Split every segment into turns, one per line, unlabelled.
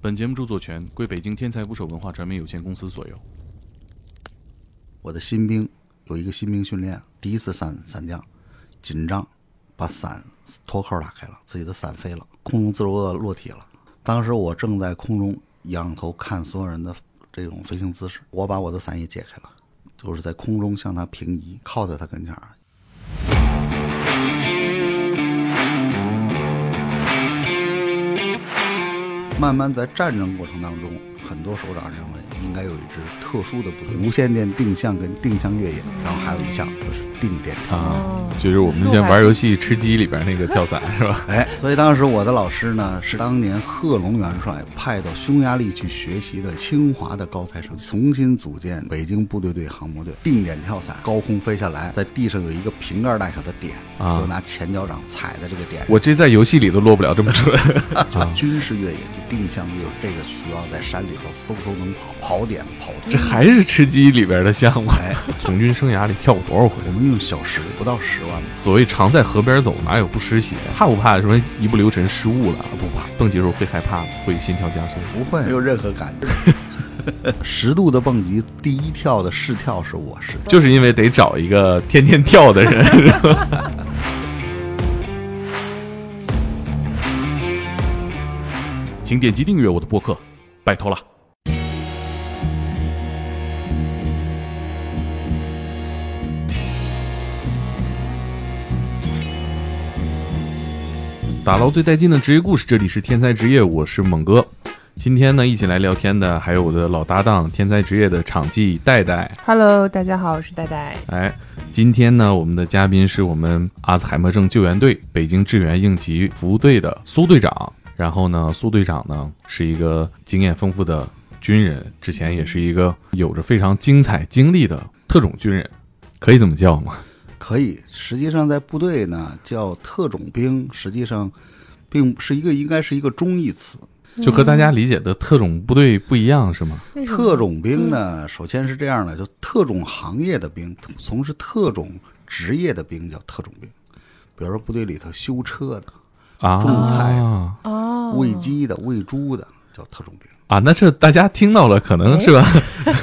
本节目著作权归北京天才捕手文化传媒有限公司所有。
我的新兵有一个新兵训练，第一次伞伞降，紧张，把伞脱扣打开了，自己的伞飞了，空中自如的落体了。当时我正在空中仰头看所有人的这种飞行姿势，我把我的伞也解开了，就是在空中向他平移，靠在他跟前儿。慢慢在战争过程当中，很多首长认为应该有一支特殊的部队，无线电定向跟定向越野，然后还有一项就是定点跳伞。
啊，就是我们现在玩游戏吃鸡里边那个跳伞是吧？
哎，所以当时我的老师呢，是当年贺龙元帅派到匈牙利去学习的清华的高材生，重新组建北京部队队航母队，定点跳伞，高空飞下来，在地上有一个瓶盖大小的点，
啊
就拿前脚掌踩在这个点上，
我这在游戏里都落不了这么准。
就军事越野就定向越野，这个需要在山里头嗖嗖能跑，跑点跑动
这。还是吃鸡里边的项目。
哎，
从军生涯里跳过多少回？
我们用小时不到十万吧，
所谓常在河边走，哪有不湿鞋？怕不怕什么一不留神失误了？
啊不怕，
蹦极时候会害怕吗？会心跳加速吗？
不会没有任何感觉。 十度的蹦极，第一跳的试跳是我试的。
就是因为得找一个天天跳的人。
请点击订阅我的播客，拜托了。
打捞最带劲的职业故事，这里是天才职业，我是猛哥。今天呢，一起来聊天的还有我的老搭档天才职业的场记戴戴。
Hello，大家好，我是戴戴。
哎，今天呢，我们的嘉宾是我们阿兹海默症救援队北京志愿应急服务队的苏队长。然后呢，苏队长呢是一个经验丰富的军人，之前也是一个有着非常精彩经历的特种军人，可以这么叫吗？
可以，实际上在部队呢叫特种兵，实际上并不是一个应该是一个中义词。
就和大家理解的特种部队不一样，是吗？
为什么嗯
特种兵呢，首先是这样的，就特种行业的兵，从事特种职业的兵叫特种兵。比如说部队里头修车的、
啊，
仲裁
哦，
喂鸡的、喂猪的叫特种兵。
啊，那这大家听到了，可能是吧，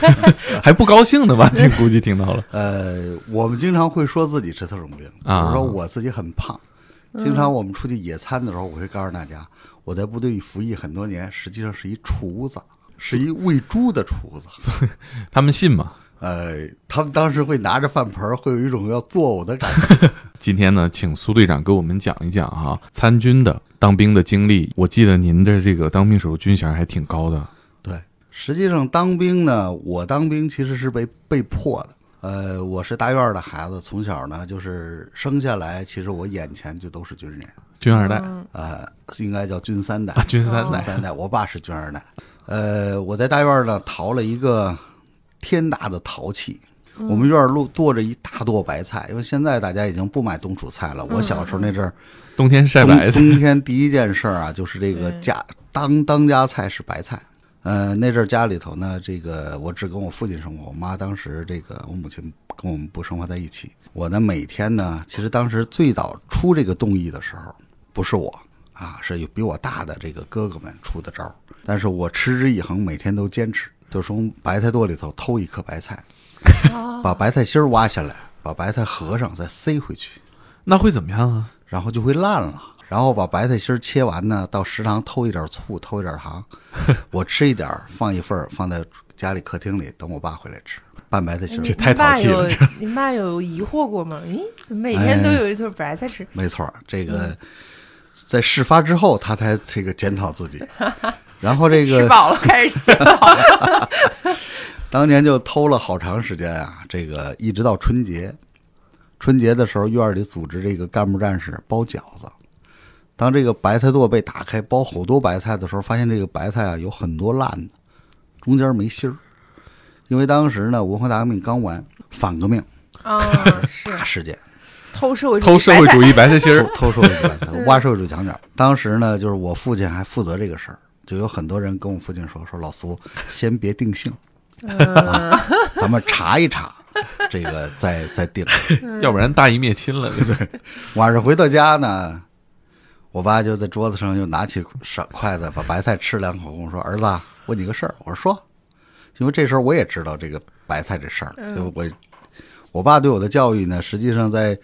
还不高兴呢吧？这估计听到了
呃，我们经常会说自己是特种兵，比
啊
如说我自己很胖，经常我们出去野餐的时候，我会告诉大家，我在部队服役很多年，实际上是一厨子，是一喂猪的厨子。
他们信吗？
呃，他们当时会拿着饭盆儿，会有一种要作呕的感觉。
今天呢，请苏队长给我们讲一讲哈、参军的当兵的经历。我记得您的这个当兵时候军衔还挺高的，
对，实际上当兵呢，我当兵其实是被被迫的。呃，我是大院儿的孩子，从小呢就是生下来，其实我眼前就都是军人。
军二代、
呃，应该叫军三代
啊，军三代
军三代，我爸是军二代。呃，我在大院儿呢淘了一个天大的淘气。我们院儿路剁着一大垛白菜，因为现在大家已经不买冬储菜了。我小时候那阵儿，
冬天晒白
冬
菜
冬天第一件事儿啊，就是这个
对
家当当家菜是白菜。呃，那阵儿家里头呢，这个我只跟我父亲生活，我妈当时这个我母亲跟我们不生活在一起。我呢每天呢，其实当时最早出这个动议的时候，不是我啊，是有比我大的这个哥哥们出的招儿，但是我持之以恒，每天都坚持，就从白菜垛里头偷一颗白菜， 把白菜心儿挖下来，把白菜合上，再塞回去。
那会怎么样啊？
然后就会烂了。然后把白菜心儿切完呢，到食堂偷一点醋，偷一点 糖，我吃一点儿，放一份儿，放在家里客厅里，等我爸回来吃。拌白菜心儿，
这太淘气了，
哎你
这哎
爸有你爸有疑惑过吗？咦，怎么每天都有一顿白菜吃？
没错儿，这
嗯
个在事发之后，他才这个检讨自己。然 后这
吃
个
饱了开始煎了。
当年就偷了好长时间啊，这个一直到春节，春节的时候院儿里组织这个干部战士包饺子。当这个白菜垛被打开，包好多白菜的时候，发现这个白菜啊有很多烂的，中间没芯儿。因为当时呢，文化大革命刚完，反革命
啊，是
大事件，
偷社会主 义
偷社会
白菜
主义白菜心 儿。
偷偷社会主义白菜，挖社会主义墙角。当时呢，就是我父亲还负责这个事儿，就有很多人跟我父亲说：“说老苏，先别定性，啊，咱们查一查，这个再再定。
嗯 要不然大义灭亲了，对不对？
晚上回到家呢，我爸就在桌子上又拿起勺筷子把白菜吃两口，跟我说：“儿子，啊问你个事儿。”我说：“说。”因为这时候我也知道这个白菜这事儿，就我我爸对我的教育呢，实际上在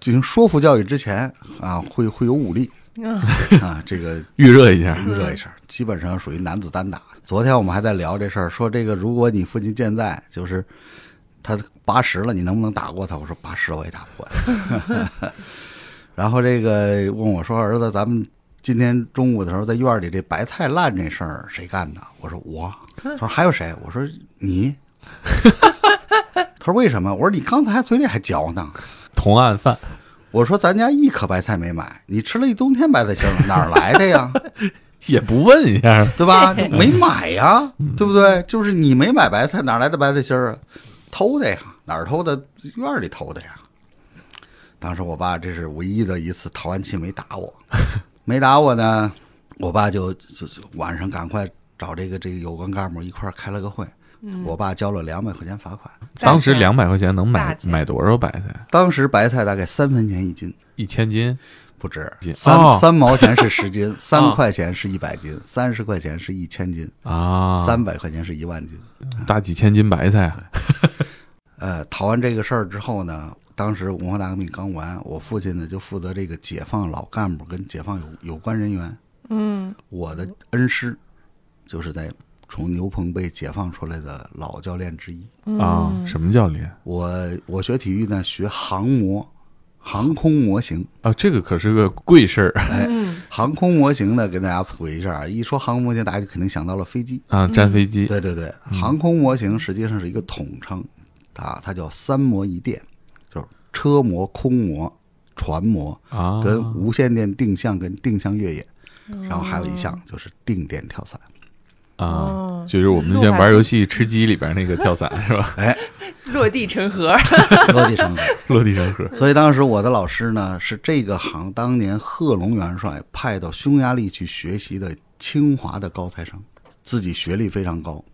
进行说服教育之前啊，会会有武力
嗯
啊，这个
预热一下，
预热一下，基本上属于男子单打。昨天我们还在聊这事儿，说这个如果你父亲健在，就是他八十了，你能不能打过他？我说八十了我也打不过他。 然后这个问我说儿子，咱们今天中午的时候在院儿里这白菜烂这事儿谁干的？我说我。他说还有谁？我说你。他说为什么？我说你刚才嘴里还嚼呢。
同案犯，
我说咱家一颗白菜没买，你吃了一冬天白菜心儿，哪儿来的呀？
也不问一下，
对吧？就没买呀，对不对？就是你没买白菜，哪来的白菜心儿啊？偷的呀，哪儿偷的？院儿里偷的呀。当时我爸这是唯一的一次淘完气没打我，没打我呢，我爸就就就晚上赶快找这个这个有关干部一块儿开了个会，我爸交了两百块钱罚款，
当时两百块钱能
大
买
钱
买多少白菜？
当时白菜大概三分钱一斤。
一千斤，
不止
斤
三、
哦
三毛钱是十 斤，三
哦
块钱是一百斤，三十块钱是一千斤，
啊，
三百块钱是一万斤。
大几千斤白菜，啊
呃，讨完这个事儿之后呢，当时文化大革命刚完，我父亲呢就负责这个解放老干部跟解放有有关人员。
嗯，
我的恩师就是在从牛棚被解放出来的老教练之一。
啊，什么教练
我我学体育呢，学航模，航空模型。
啊？这个可是个贵事儿
嗯
哎
航空模型呢，跟大家普及一下啊。一说航空模型，大家就肯定想到了飞机。
啊，粘飞机
嗯对对对，航空模型实际上是一个统称，啊，它叫三模一电，就是车模、空模、船模。
啊，
跟无线电定向跟定向越野，然后还有一项就是定点跳伞。
啊。
哦，
就是我们现在玩游戏吃鸡里边那个跳伞 是吧？
哎，
落地成盒，
落地成盒。
落地成盒
所以当时我的老师呢，是这个行当年贺龙元帅派到匈牙利去学习的清华的高材生，自己学历非常高，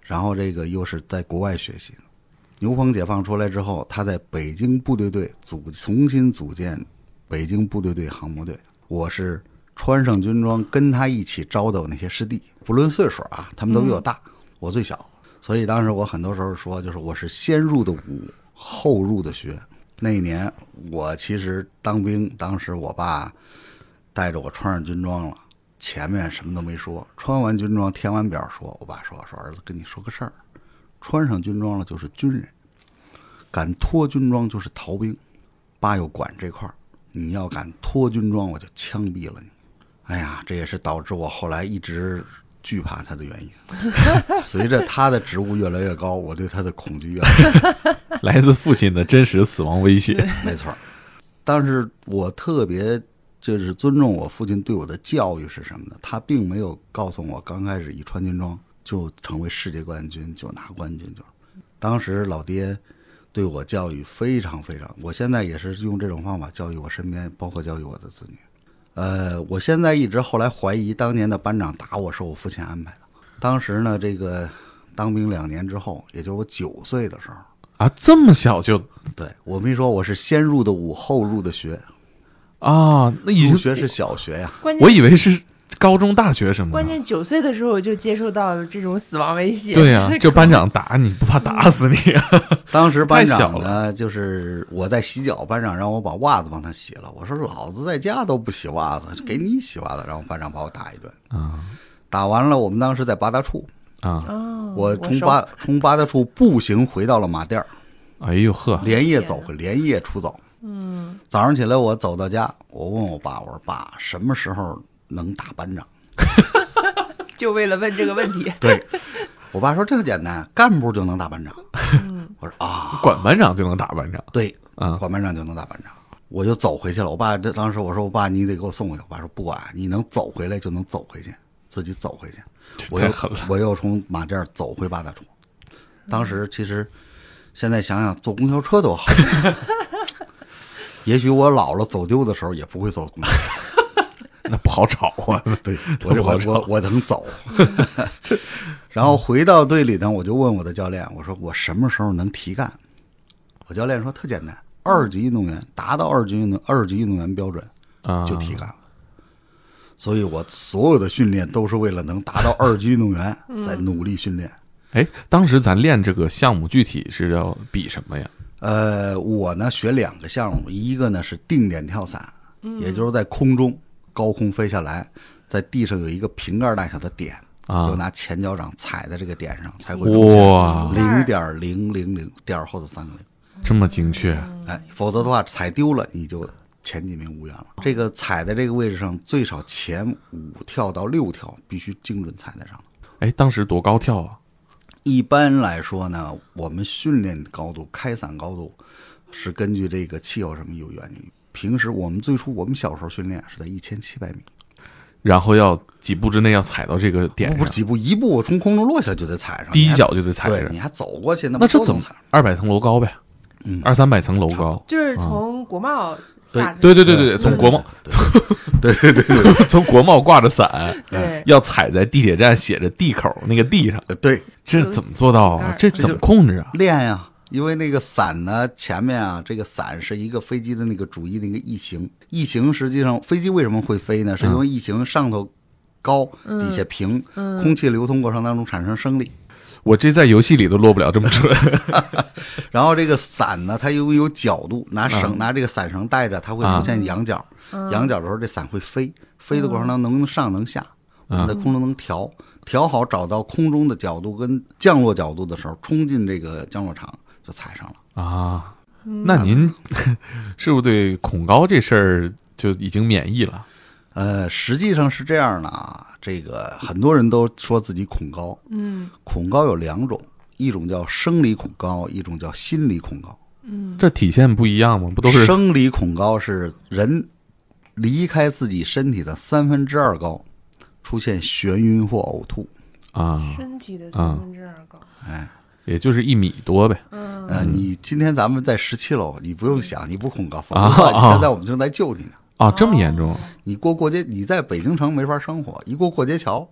然后这个又是在国外学习的。牛棚解放出来之后，他在北京部队队组重新组建北京部队队航母队。我是穿上军装跟他一起招的我那些师弟，不论岁数啊，他们都比我大，我最小，所以当时我很多时候说，就是我是先入的伍，后入的学。那一年我其实当兵，当时我爸带着我穿上军装了，前面什么都没说，穿完军装填完表说，我爸说说儿子跟你说个事儿，穿上军装了就是军人，敢脱军装就是逃兵，爸又管这块儿，你要敢脱军装我就枪毙了你。哎呀，这也是导致我后来一直惧怕他的原因。 随着他的职务越来越高，我对他的恐惧越来越
来自父亲的真实死亡威胁，
没错儿。但是我特别就是尊重我父亲对我的教育是什么呢？他并没有告诉我，刚开始一穿军装就成为世界冠军，就拿冠军就。当时老爹对我教育非常非常，我现在也是用这种方法教育我身边，包括教育我的子女。呃，我现在一直后来怀疑当年的班长打我是我父亲安排的。当时呢，这个当兵两年之后，也就是我九岁的时候，
啊，这么小就
对我没说我是先入的伍，后入的学，
啊，那已
入
经
学是小学呀、
关
我
键
以为是高中、大学什么
关
的。
键九岁的时候我就接受到了这种死亡威胁，
对 呀、这班长打你不怕打死你？啊
当时班长
太小
呢，就是我在洗脚，班长让我把袜子帮他洗了。我说老子在家都不洗袜子，给你洗袜子。然后班长把我打一顿，
啊
打完了，我们当时在八大处，
啊！
哦，
嗯我哦从
熟
八从八大处步行回到了马甸儿，
哎呦呵，
连夜走，连夜出走。嗯，早上起来我走到家，我问我爸，我说爸，什么时候能打班长？
就为了问这个 问题，
对，我爸说这个简单，干部就能打班长。我说啊，
管班长就能打班长
对，
啊
管班长就能打班长。我就走回去了。我爸这当时我说：“我爸，你得给我送回去。”我爸说：“不管，你能走回来就能走回去，自己走回去。”我
太
又
狠了
我又从马甸儿走回八大处。当时其实现在想想，坐公交车多好。 也许我老了走丢的时候也不会走公交车。
那不好找 啊。
对，我这
不好
我
找
我我能走。然后回到队里呢，我就问我的教练，我说我什么时候能提干？我教练说特简单，二级运动员达到二级运动二级运动员标准
啊，
就提干了。所以我所有的训练都是为了能达到二级运动员，在努力训练。
哎，当时咱练这个项目具体是要比什么呀？
呃，我呢学两个项目，一个呢是定点跳伞，也就是在空中高空飞下来，在地上有一个瓶盖大小的点，
啊
嗯
要拿前脚掌踩在这个点上才会出现
哇，
零点零零零点后的三个零，
这么精确，
嗯
哎，否则的话踩丢了你就前几名无缘了。这个踩在这个位置上，最少前五跳到六跳必须精准踩在上。
哎，当时多高跳啊？
一般来说呢，我们训练高度、开伞高度是根据这个气候什么有原因。平时我们最初我们小时候训练是在一千七百米，
然后要几步之内要踩到这个点
不
上
不是，几步，一步我从空中落下就得踩上，
第一
啊你还
脚就得踩
对，
着。
你还走过去，
那
不
这
都
怎
能
么
踩？
二百层楼高呗？
嗯
二三百层楼
差不
高。
就是从国贸下
哦对对
对
对对，从国贸，
对对对对
从国贸挂着伞，
对，
要踩在地铁站写着地口那个地上，
对呃对，
这怎么做到啊？这怎么控制啊？
练呀、因为那个伞呢，前面啊，这个伞是一个飞机的那个主翼那个翼形，翼形实际上飞机为什么会飞呢？是因为翼形上头高，底下平，空气流通过程当中产生升力。
我这在游戏里都落不了这么准。
然后这个伞呢，它又有角度，拿绳、拿这个伞绳带着，它会出现仰角。仰角的时候，这伞会飞，飞的过程当中能上能下，我们在空中能调，调好找到空中的角度跟降落角度的时候，冲进这个降落场就踩上了。
啊，那您 是不是对恐高这事儿就已经免疫了？
呃，实际上是这样的啊，这个很多人都说自己恐高，
嗯
恐高有两种，一种叫生理恐高，一种叫心理恐高。
这体现不一样吗？不都是
生理恐高是人离开自己身体的三分之二高，出现眩晕或呕吐。
啊？
身体的三分之二高，
哎，
也就是一米多呗。
嗯，
呃，你今天咱们在十七楼，你不用想，你不恐高，否
啊
则的话，
啊
你现在我们正在救你呢。
啊，这么严重？
你过过街，你在北京城没法生活，一过过街桥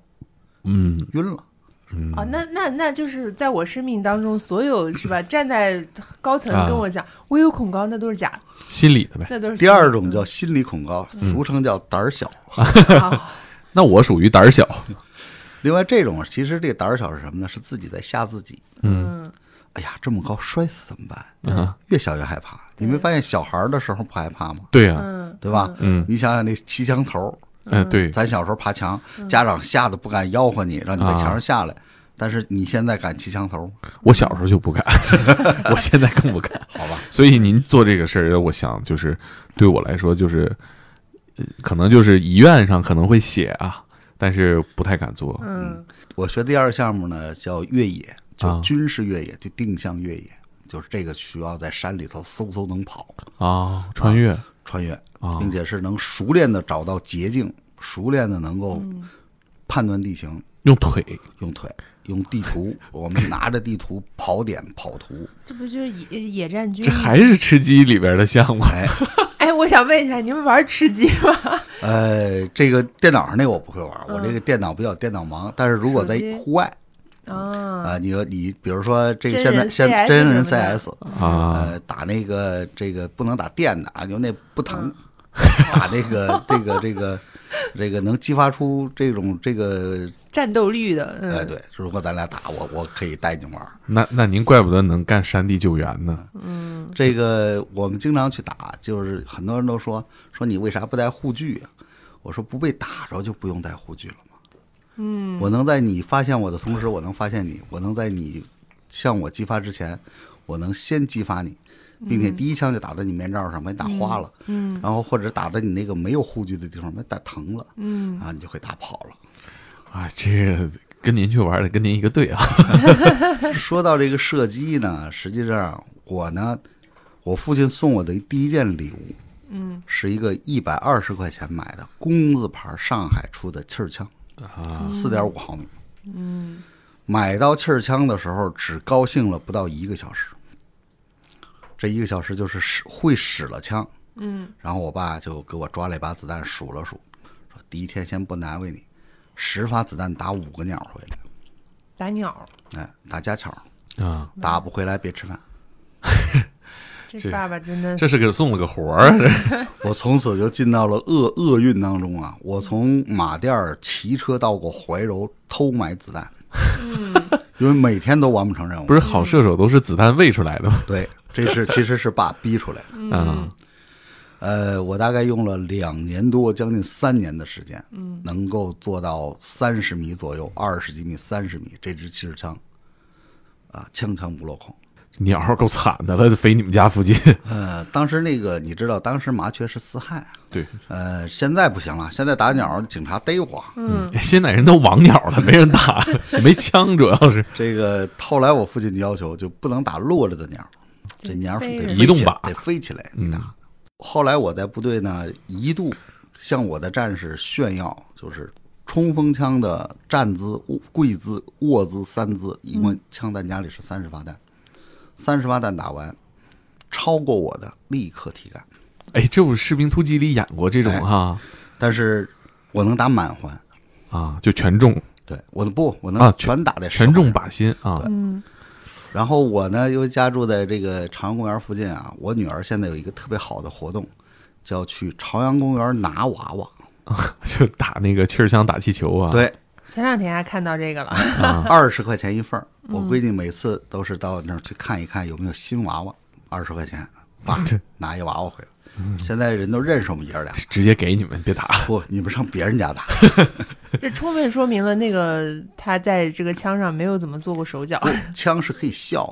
嗯，
晕了。
哦，那那那就是在我生命当中，所有是吧？站在高层跟我讲，我有恐高，那都是假的，
心理的呗。
那都是
第二种叫心理恐高，俗称叫胆儿小。
啊，
那我属于胆儿小。
另外，这种其实这胆儿小是什么呢？是自己在吓自己。
嗯，
哎呀，这么高摔死怎么办？
啊，
越小越害怕。你没发现小孩儿的时候不害怕吗？
对啊呀，
嗯，
对吧？
嗯，
你想想那骑墙头儿，
哎，对，嗯
咱小时候爬墙，家长吓得不敢吆喝你，让你在
啊
墙上下来。但是你现在敢骑墙头，
我小时候就不 敢，我现在更不敢。
好吧？
所以您做这个事儿，我想就是对我来说就是，呃可能就是遗愿上可能会写啊，但是不太敢做。
嗯，
我学第二项目呢叫越野，
啊
就军事越野，就定向越野，就是这个需要在山里头嗖嗖能跑
啊，穿越
穿越，
啊
并且是能熟练的找到捷径，熟练的能够
嗯
判断地形，
用腿
用腿。用地图，我们拿着地图跑点跑 图，
这不就是野野战军
这？还是吃鸡里边的项目
哎，
哎，我想问一下，你们玩吃鸡吗？
呃，这个电脑上那个我不会玩儿，我这个电脑比较电脑盲。但是如果在
嗯手机
户外
啊，
啊，你你比如说这个
真
现在
人
现
CS
真人
什么的嗯
CS，
啊，
呃，打那个这个不能打电的啊，就那不疼，
嗯
打那个这个这个这个能激发出这种这个
战斗力的，嗯，
哎，对，如果咱俩打我我可以带你玩儿。
那那您怪不得能干山地救援呢。
这个我们经常去打，就是很多人都说说你为啥不带护具啊？我说不被打着就不用带护具了吗？嗯，我能在你发现我的同时，我能发现你，我能在你向我激发之前，我能先激发你，并且第一枪就打在你面罩上，把你打花了，嗯，然后或者打在你那个没有护具的地方，把你打疼了，嗯，啊，你就会打跑了。嗯
啊，这个跟您去玩的跟您一个队啊。
说到这个射击呢，实际上我呢，我父亲送我的第一件礼物，嗯，是一个一百二十块钱买的工字牌上海出的气儿枪，啊，四点五毫米，嗯，买到气儿枪的时候只高兴了不到一个小时，这一个小时就是使会使了枪，嗯，然后我爸就给我抓了一把子弹数了数，说第一天先不难为你，十发子弹打五个鸟回来，
打鸟，
哎，打家巧儿。
啊，
打不回来别吃饭。
这
这
爸爸真的
这是给送了个活儿，啊
我从此就进到了厄厄运当中啊！我从马甸儿骑车到过怀柔偷买子弹， 因为每天都完不成任务。
不是好射手都是子弹喂出来的吗？
对，这是其实是爸逼出来的。
啊，
呃，我大概用了两年多，将近三年的时间，嗯，能够做到三十米左右，二十几米、三十米这支气势枪，啊，枪枪不落空。
鸟儿够惨的了，飞你们家附近。
呃，当时那个你知道，当时麻雀是四害，
对，
呃，现在不行了，现在打鸟警察逮我。
哎现在人都亡鸟了，没人打， 也没枪，主要是
这个后来我父亲的要求就不能打落着的鸟，这鸟得
飞
飞
着
起
移动吧嗯
得飞起来你打。后来我在部队呢，一度向我的战士炫耀，就是冲锋枪的站姿、卧跪姿、卧姿三姿，因为枪弹夹里是三十发弹，三十发弹打完，超过我的立刻提杆，
哎，这不是《士兵突击》里演过这种
哎
哈
但是我能打满环，
啊，就全中
对，我的不，我
啊
能
全
全打在手
全中
上
靶心啊，
嗯
然后我呢，因为家住在这个朝阳公园附近啊，我女儿现在有一个特别好的活动，叫去朝阳公园拿娃娃。
就打那个气儿枪打气球啊。
对，
前两天还看到这个了，
二十块钱一份儿。我闺女每次都是到那儿去看一看有没有新娃娃，二十块钱，
啊
爸拿一娃娃回来。现在人都认识我们爷儿俩，
直接给你们，别打。
不，你们上别人家打。
这充分说明了那个他在这个枪上没有怎么做过手脚。
枪是可以笑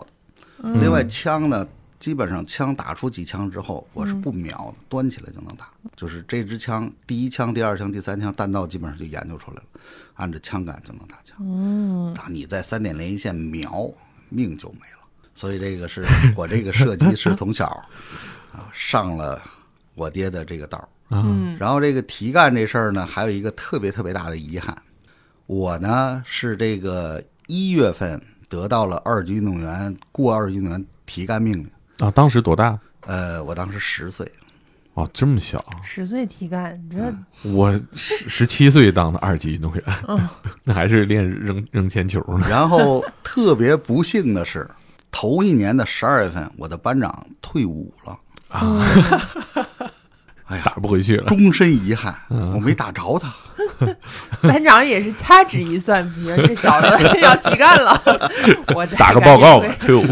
的，另外枪呢，基本上枪打出几枪之后，我是不瞄的，端起来就能打。就是这支枪，第一枪、第二枪、第三枪，弹道基本上就研究出来了，按照枪杆就能打枪。嗯，那你在三点连一线瞄，命就没了。所以这个是 我这个射击是从小啊上了我爹的这个道儿。
嗯，
然后这个提干这事儿呢，还有一个特别特别大的遗憾，我呢是这个一月份得到了二级运动员过二级运动员提干命令，
啊，当时多大？
呃，我当时十岁，
哦，这么小，
十岁提干，你这
我十十七岁当的二级运动员， 那还是练扔扔铅球呢。
然后特别不幸的是， 头一年的十二月份，我的班长退伍了，
嗯
打不回去了。
终身遗憾，我没打着他。
班长也是掐指一算，比如说这小子要提干 了，我再
打个
赶
报
紧
告
回
吧，退伍。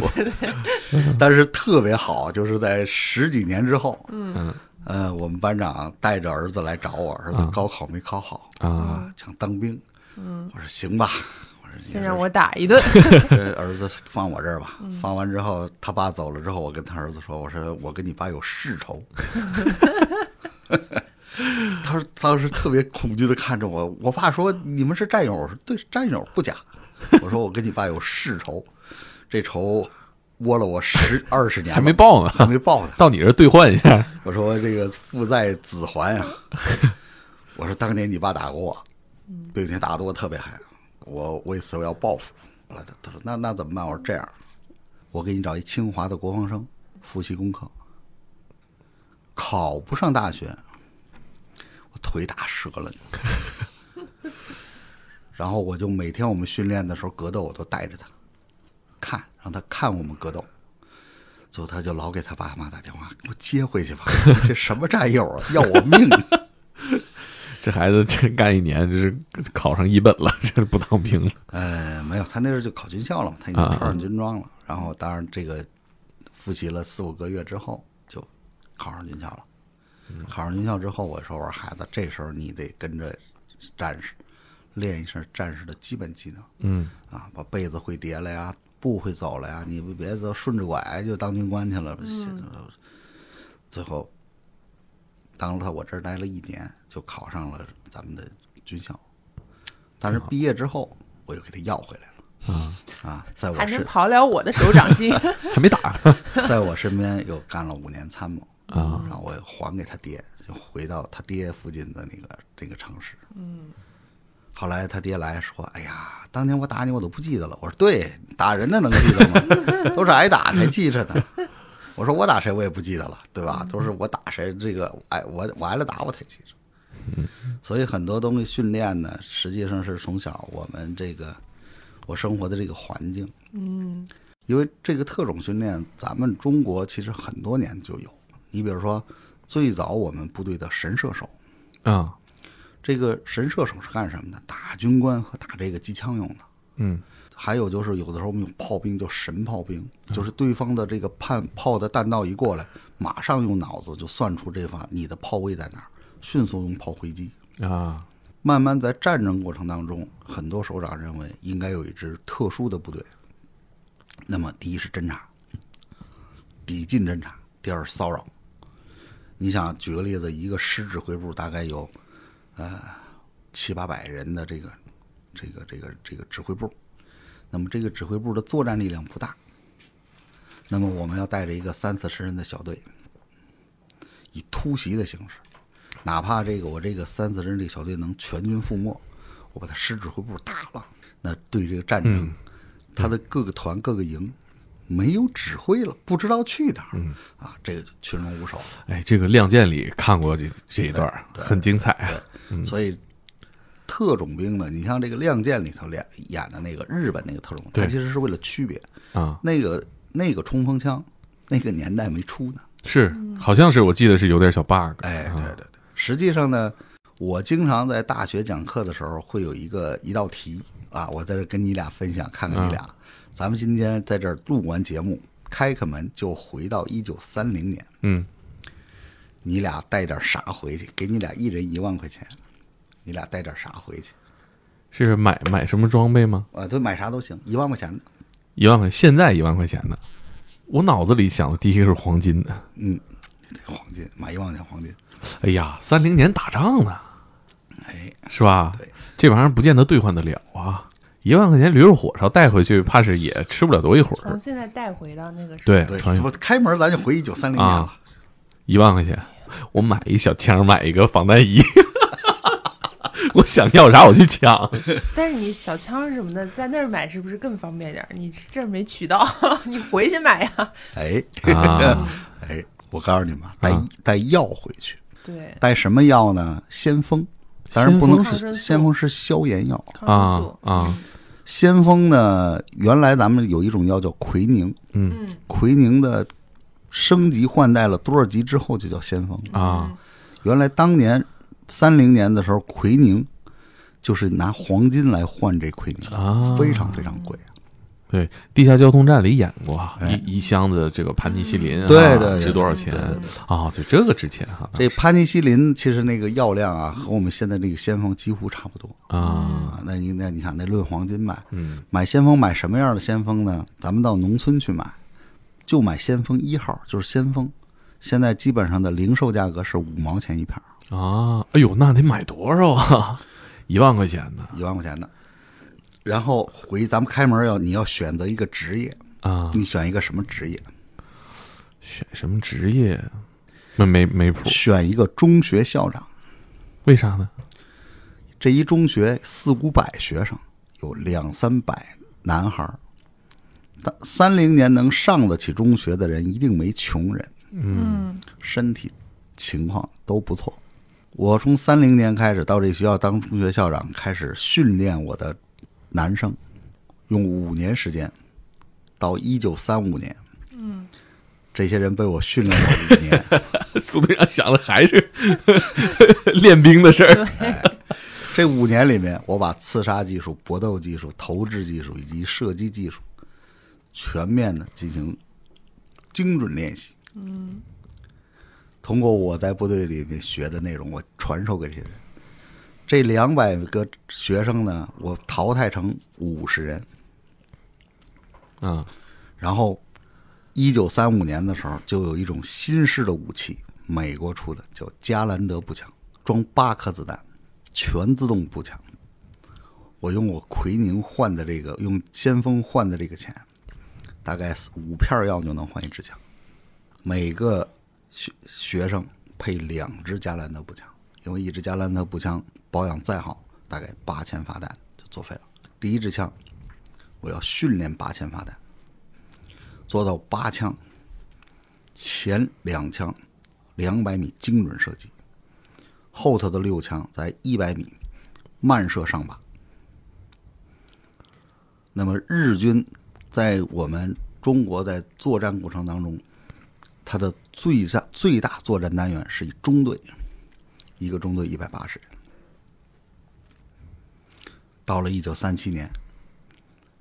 但是特别好，就是在十几年之后，嗯，呃，我们班长带着儿子来找我，儿子高考没考好呃
啊，
想当兵，嗯，我说行吧，我说
先让我打一 顿。
这儿子放我这儿吧，放完之后他爸走了之后，我跟他儿子说，我说我跟你爸有世仇。 他说当时特别恐惧的看着我，我爸说你们是战友，我说对，战友不假。我说我跟你爸有世仇，这仇窝了我十二十年了，
还没报呢
还没报呢。
到你这儿兑换一下，
我说这个父债子还呀、我说当年你爸打过我，并且打得我特别狠，我为此我要报复。后来他他说那那怎么办？我说这样，我给你找一清华的国防生复习功课。考不上大学，我腿打折了。然后我就每天我们训练的时候格斗，我都带着他看，让他看我们格斗。最后他就老给他爸妈打电话，给我接回去吧， 这什么战友啊， 要我命！
这孩子这干一年，这是考上一本了，这不当兵了。
呃，没有，他那时候就考军校了嘛，他已经穿上军装了。然后，当然这个复习了四五个月之后，就考上军校了。考上军校之后，我说我说孩子，这时候你得跟着战士练一身战士的基本技能
嗯，
啊，把被子会叠了呀，步会走了呀，你别都顺着拐就当军官去了。
嗯
最后，当了他我这儿待了一年，就考上了咱们的军校。但是毕业之后，我又给他要回来了。啊在
还
我
能
身
跑了我的手掌 心。
还没打呢。
在我身边又干了五年参谋
啊，
然后我又还给他爹，就回到他爹附近的那个这个城市。嗯，后来他爹来说：“哎呀，当年我打你，我都不记得了。”我说：“对，打人的能记得吗？ 都是挨打才记着呢。”我说：“我打谁我也不记得了，对吧？都是我打谁，这个挨我我挨了打我才记着。”所以很多东西训练呢，实际上是从小我们这个我生活的这个环境，嗯，因为这个特种训练，咱们中国其实很多年就有。你比如说，最早我们部队的神射手，
啊，
这个神射手是干什么的？打军官和打这个机枪用的。
嗯
还有就是，有的时候我们有炮兵叫神炮兵，就是对方的这个炮炮的弹道一过来，马上用脑子就算出这发你的炮位在哪儿，迅速用炮回击。
啊，
慢慢在战争过程当中，很多首长认为应该有一支特殊的部队。那么，第一是侦察，抵近侦察；第二是骚扰。你想，举个例子，一个师指挥部大概有呃七八百人的这个这个这个这个指挥部，那么这个指挥部的作战力量不大。那么我们要带着一个三四十人的小队，以突袭的形式，哪怕这个我这个三四十人这个小队能全军覆没，我把他师指挥部打了，那对这个战争，他的各个团各个营没有指挥了，不知道去哪儿啊，这个就群龙无首。
哎，这个《亮剑》里看过这这一段儿，很精彩啊。
所以特种兵呢，你像这个《亮剑》里头演演的那个日本那个特种，
对
他其实是为了区别
啊，
那个那个冲锋枪，那个年代没出呢。
是，好像是我记得是有点小 bug。
哎，对
啊
对对，实际上呢，我经常在大学讲课的时候会有一个一道题啊，我在这跟你俩分享，看看你
啊
俩。咱们今天在这儿录完节目，开开门就回到一九三零年，
嗯，
你俩带点啥回去？给你俩一人一万块钱，你俩带点啥回去？
是买买什么装备吗？
啊，对，买啥都行，一万块钱的，
一万块，现在一万块钱的，我脑子里想的第一个是黄金的。
黄金买一万块钱黄金，
哎呀，三零年打仗呢，
哎，
是吧？
对
这玩意儿不见得兑换得了啊。一万块钱驴肉火烧带回去，怕是也吃不了多一会
从
儿。
现在带回到那个时候，
对，
对，
重
这
新
不开门咱就回一九三零年了
哎啊。一万块钱，我买一小枪，买一个防弹衣。 我想要啥我去抢，
但是你小枪什么的在那儿买是不是更方便点儿？你这儿没渠道， 你回去买呀。
哎，
啊
哎，我告诉你们，带带药回去，
对，
带什么药呢？先锋，当然不能
先锋
是
是
先锋是消炎药。
抗生
啊
素，
啊！
先锋呢，原来咱们有一种药叫奎宁，
嗯
奎宁的升级换代了多少级之后就叫先锋。
啊，
原来当年三零年的时候，奎宁就是拿黄金来换这奎宁，
啊
非常非常贵。
对，《地下交通站》里演过啊
哎嗯
一一箱子这个盘尼西林啊，
对对对
值多少钱
对对对
啊？对，这个值钱哈
这潘尼西林其实那个药量啊，和我们现在这个先锋几乎差不多
啊，
啊。那你那你看，那论黄金买，
嗯，
买先锋买什么样的先锋呢？咱们到农村去买，就买先锋一号，就是先锋。现在基本上的零售价格是五毛钱一片儿，
啊，哎呦，那得买多少啊？ 一万块钱呢？
一万块钱的。然后回咱们开门要你要选择一个职业，
啊，
你选一个什么职业？
选什么职业？没没没谱，
选一个中学校长。
为啥呢？
这一中学四五百学生，有两三百男孩儿。但三零年能上得起中学的人，一定没穷人，
嗯，
身体情况都不错。我从三零年开始到这学校当中学校长，开始训练我的男生，用五年时间，到一九三五年，嗯，这些人被我训练了五年，
苏队长想的还是 练兵的事儿。
这五年里面，我把刺杀技术、搏斗技术、投掷技术以及射击技术全面的进行精准练习。嗯，通过我在部队里面学的内容，我传授给这些人。这两百个学生呢，我淘汰成五十人，
啊
然后一九三五年的时候，就有一种新式的武器，美国出的叫加兰德步枪，装八颗子弹，全自动步枪。我用我奎宁换的这个，用先锋换的这个钱，大概四五片药就能换一支枪。每个学学生配两支加兰德步枪，因为一支加兰德步枪保养再好，大概八千发弹就作废了。第一支枪，我要训练八千发弹。做到八枪，前两枪两百米精准射击，后头的六枪在一百米慢射上靶。那么日军在我们中国在作战过程当中，它的最战最大作战单元是以中队，一个中队一百八十人。到了一九三七年，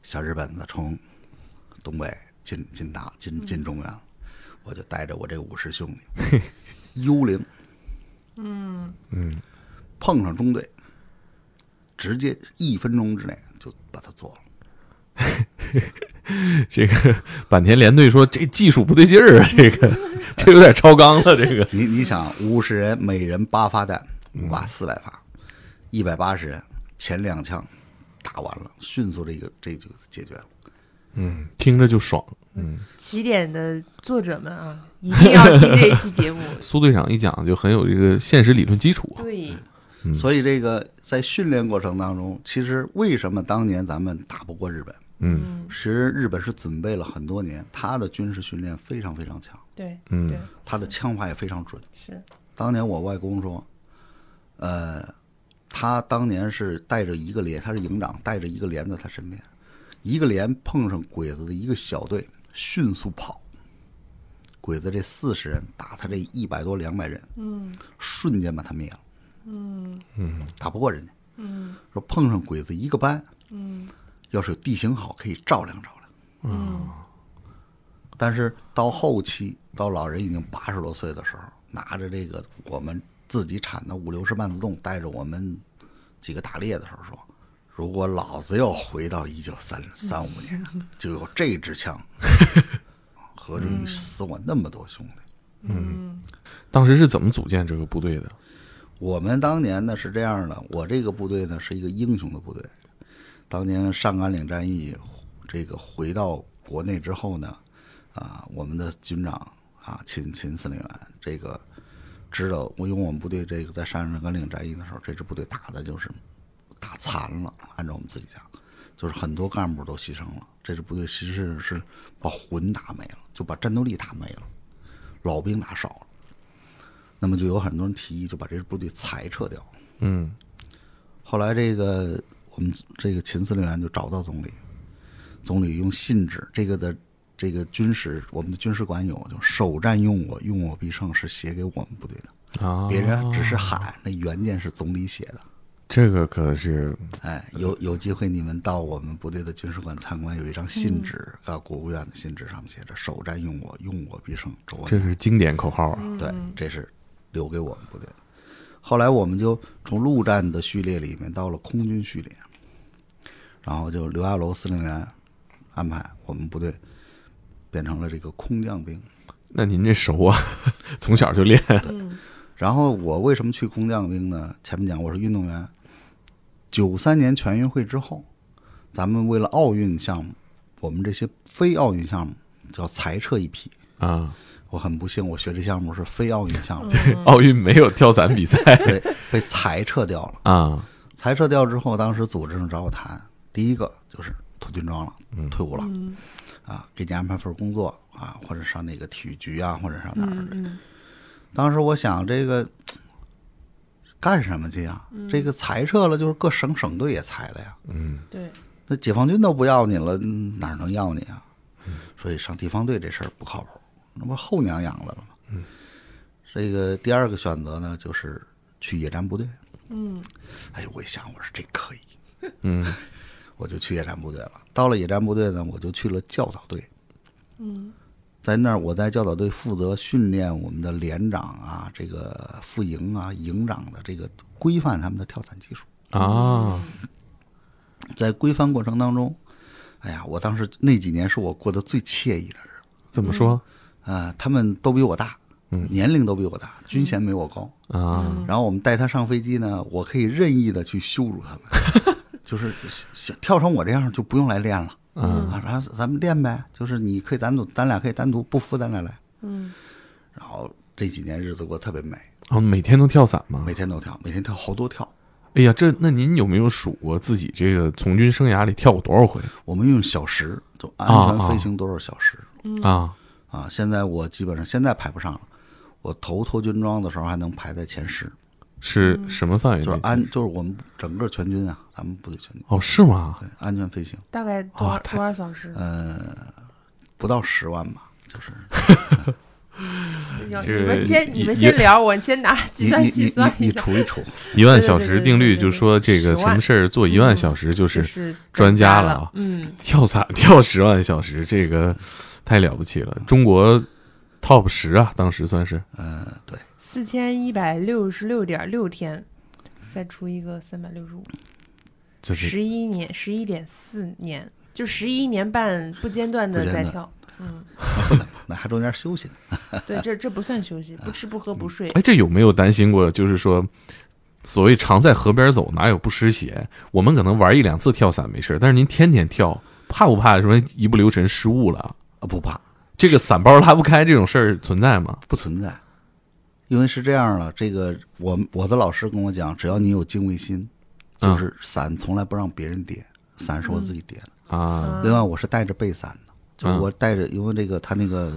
小日本子从东北进进大进进中原了，我就带着我这五十兄弟幽灵，嗯嗯，碰上中队，直接一分钟之内就把他做了。
这个坂田联队说这技术不对劲儿啊， 这个这有点超纲了，这个
你你想，五十人每人八发弹，五发四百发，一百八十人前两枪打完了，迅速这个这就解决了。
嗯，听着就爽。
起点的作者们啊，一定要听这一期节 目。
苏队长一讲就很有这个现实理论基础啊。
对，
所以这个在训练过程当中，其实为什么当年咱们打不过日本？
嗯
其实日本是准备了很多年，他的军事训练非常非常强，
对，
嗯
对，
他的枪法也非常准。
是，
当年我外公说，呃，他当年是带着一个连，他是营长，带着一个连在他身边，一个连碰上鬼子的一个小队，迅速跑。鬼子这四十人打他这一百多两百人，
嗯，
瞬间把他灭了，
嗯
打不过人家。
嗯
说碰上鬼子一个班，
嗯
要是有地形好，可以照亮照亮。
嗯，
但是到后期，到老人已经八十多岁的时候，拿着这个我们自己产的五六十万自动，带着我们几个打猎的时候说：“如果老子要回到一九三三五年，就有这支枪，何至于死我那么多兄弟？”
当时是怎么组建这个部队的？
我们当年呢是这样的，我这个部队呢是一个英雄的部队。当年上甘岭战役，这个回到国内之后呢，啊，我们的军长啊，秦秦司令员，这个知道，我因为我们部队这个在上甘岭战役的时候，这支部队打的就是打残了，按照我们自己讲，就是很多干部都牺牲了。这支部队其实是把魂打没了，就把战斗力打没了，老兵打少了。那么就有很多人提议就把这支部队裁撤掉。
嗯
后来这个我们这个秦司令员就找到总理，总理用信纸，这个的这个军史，我们的军事馆有，就首战用我，用我必胜是写给我们部队的，
啊，
别人只是喊，那原件是总理写的。
这个可是
哎，有有机会你们到我们部队的军事馆参观，有一张信纸
嗯
啊，国务院的信纸上面写着“首战用我，用我必胜”，周恩来
这是经典口号啊。
对，这是留给我们部队。后来我们就从陆战的序列里面到了空军序列，然后就刘亚楼司令员安排我们部队变成了这个空降兵。
那您这熟啊， 从小就练。
嗯
然后我为什么去空降兵呢？前面讲我是运动员。九三年全运会之后，咱们为了奥运项目，我们这些非奥运项目就要裁撤一批。
啊，
我很不幸，我学这项目是非奥运项目，
奥运没有跳伞 比赛
对，被裁撤掉了。
啊，
裁撤掉之后，当时组织上找我谈，第一个就是脱军装了，退伍了，
嗯
啊，给你安排份工作啊，或者上那个体育局啊，或者上哪儿。
嗯
当时我想，这个干什么去呀？这个裁撤了，就是各省省队也裁了呀。
嗯，对，
那解放军都不要你了，嗯哪儿能要你啊？所以上地方队这事儿不靠谱，那不后娘养着了吗？这个第二个选择呢，就是去野战部队。
嗯
哎呦，我一想，我说这可以，
嗯，
我就去野战部队了。到了野战部队呢，我就去了教导队。
嗯
在那儿，我在教导队负责训练我们的连长啊、这个副营啊、营长的这个规范他们的跳伞技术。
啊，
在规范过程当中，哎呀，我当时那几年是我过得最惬意的日子
怎么说
啊、他们都比我大，年龄都比我大，军衔没我高。
啊？
嗯
然后我们带他上飞机呢，我可以任意的去羞辱他们， 就是想想跳成我这样就不用来练了、
嗯
啊，然后咱们练呗，就是你可以单独，咱俩可以单独，不服咱俩来。
嗯，
然后这几年日子过得特别美，
啊，每天都跳伞吗
每？天都跳，每天跳好多跳。
哎呀，这那您有没有数过自己这个从军生涯里跳过多少回
我们用小时，就安
啊
全
啊
飞行多少小时
嗯
啊？
啊？现在我基本上现在排不上了。我头脱军装的时候还能排在前十，
是
嗯
什么范围
就
内
是？安，就是我们整个全军啊，咱们部队全军
哦，是吗？
对安全飞行。
大概多少
哇太
多少小时？
呃，不到十万吧，就是
这
行嗯你
个
们先
一
你们
一
先聊，我先拿计
你
算
你
器
你
算
你
一
你
下。
除一除，
一万
对对
小
对
时
对
定律
对
就
对
说这个
10
什么
万
事儿做一万
嗯
小时就
就是是
专家了
了
啊
嗯，
跳伞跳十万小时，这个太了不起了，中国 top 十啊，当时算是
嗯，对，
四千一百六十六点六天，再除一个三百六十五，
就是
十一年，十一点四年，就十一年半不间断的
不间
在
断
跳。嗯，
那还中间休息呢，
对，这这不算休息，不吃不喝不睡。
哎，这有没有担心过？就是说，所谓常在河边走，哪有不湿鞋？我们可能玩一两次跳伞没事，但是您天天跳，怕不怕什么一不留神失误了？
啊，不怕，
这个伞包拉不开这种事儿存在吗？
不存在，因为是这样的，这个我我的老师跟我讲，只要你有敬畏心，
嗯
就是伞从来不让别人跌，伞是我自己跌的。
嗯
啊，
另外，我是带着备伞的，就
嗯
我带着，因为这个他那个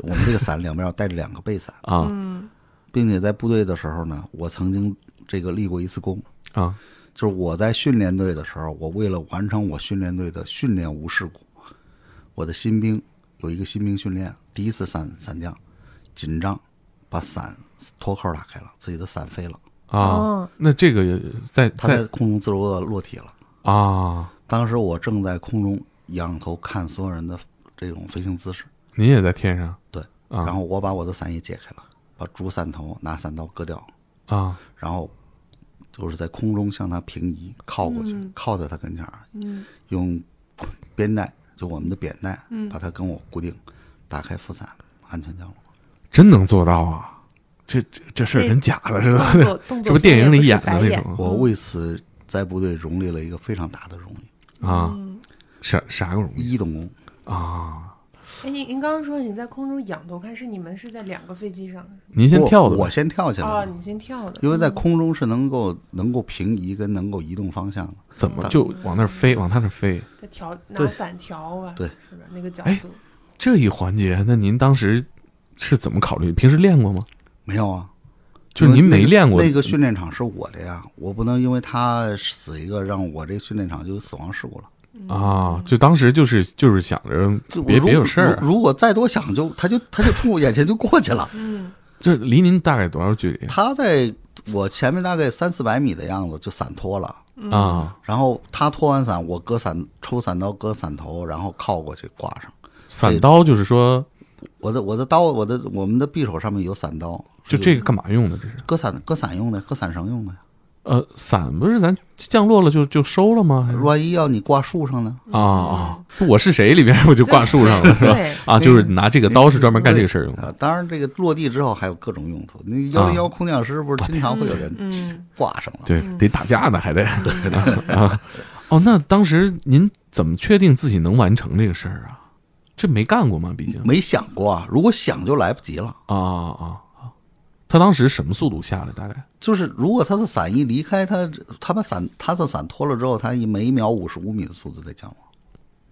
我们这个伞两边要带着两个备伞，
啊
嗯
并且在部队的时候呢，我曾经这个立过一次功。
啊！
就是我在训练队的时候，我为了完成我训练队的训练无事故，我的新兵有一个新兵训练，第一次伞伞降，紧张，把伞脱扣打开了，自己的伞飞了，
啊
哦，
那这个也在
他在
在
空中自如的落体了。
啊，
当时我正在空中仰头看所有人的这种飞行姿势，
您也在天上
对，
啊
然后我把我的伞也解开了，把主伞头拿伞刀割掉，
啊
然后就是在空中向他平移，靠过去，靠在他跟前儿，
嗯
用编带，就我们的扁带，
嗯
把它跟我固定，打开副伞，安全降落。
真能做到啊！这这这事儿真假的似
动作
的，
动
这
作
不电
片
影里
也不是
演的
白
那种啊
我为此在部队荣立了一个非常大的荣誉
嗯
啊？啥啥个容
——
易
一等功。
啊？
哎，您您刚刚说你在空中仰头看，是你们是在两个飞机上
您先
我
跳的吧
我先跳起
哦，
来的，
你先跳的，
因为在
嗯
空中是能够能够平移跟能够移动方向的。
怎么就往那儿飞，
嗯
往他那儿飞？
在调拿
对
伞调啊，
对
是吧？那个角
哎
度，
这一环节，那您当时是怎么考虑？平时练过吗？
没有啊，
就是您
因为那
没
个
练过
那个训练场是我的呀，我不能因为他死一个，让我这个训练场就有死亡事故了。
啊？就当时就是就是想着
就
别
我如
别有事儿啊
如，如果再多想就，他就他就冲我眼前就过去了。
嗯，
这离您大概多少距离
他在我前面大概三四百米的样子就散脱了，
啊？
然后他脱完伞，我割伞抽伞刀割伞头，然后靠过去挂上。
伞刀就是说，
我的我的刀，我的我们的匕首上面有伞刀，
就这个干嘛用的？这是
割伞割伞用的，割伞绳用的呀。
呃，伞不是咱降落了就就收了吗？还是
万一要你挂树上呢？
啊啊！我是谁里边我就挂树上了，是吧？
对，
啊，就是拿这个刀是专门干这个事儿用的
啊，当然这个落地之后还有各种用途。那幺零幺空降师不是经常会有人
嗯
挂上了？
啊对，得打架呢，还得啊。哦，那当时您怎么确定自己能完成这个事儿啊？这没干过吗？毕竟
没想过啊，如果想就来不及了。
啊啊啊！啊他当时什么速度下来？大概
就是如果他的伞一离开他，他把伞他的伞脱了之后，他以每秒五十五米的速度在降落，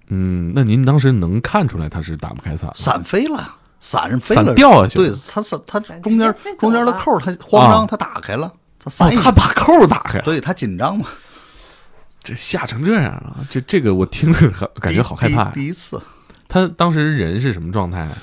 嗯，那您当时能看出来他是打不开伞吗？
伞飞了，伞飞
伞
了，
掉下去了
对，他伞他
伞
中间
直接飞走
中间的
了
扣儿他慌张，
啊
他打开了，他
哦
伞也、
他把扣儿打开了，
对他紧张嘛，
这吓成这样啊！这这个我听着很感觉好害怕呀
第。第。第一次，
他当时人是什么状态啊？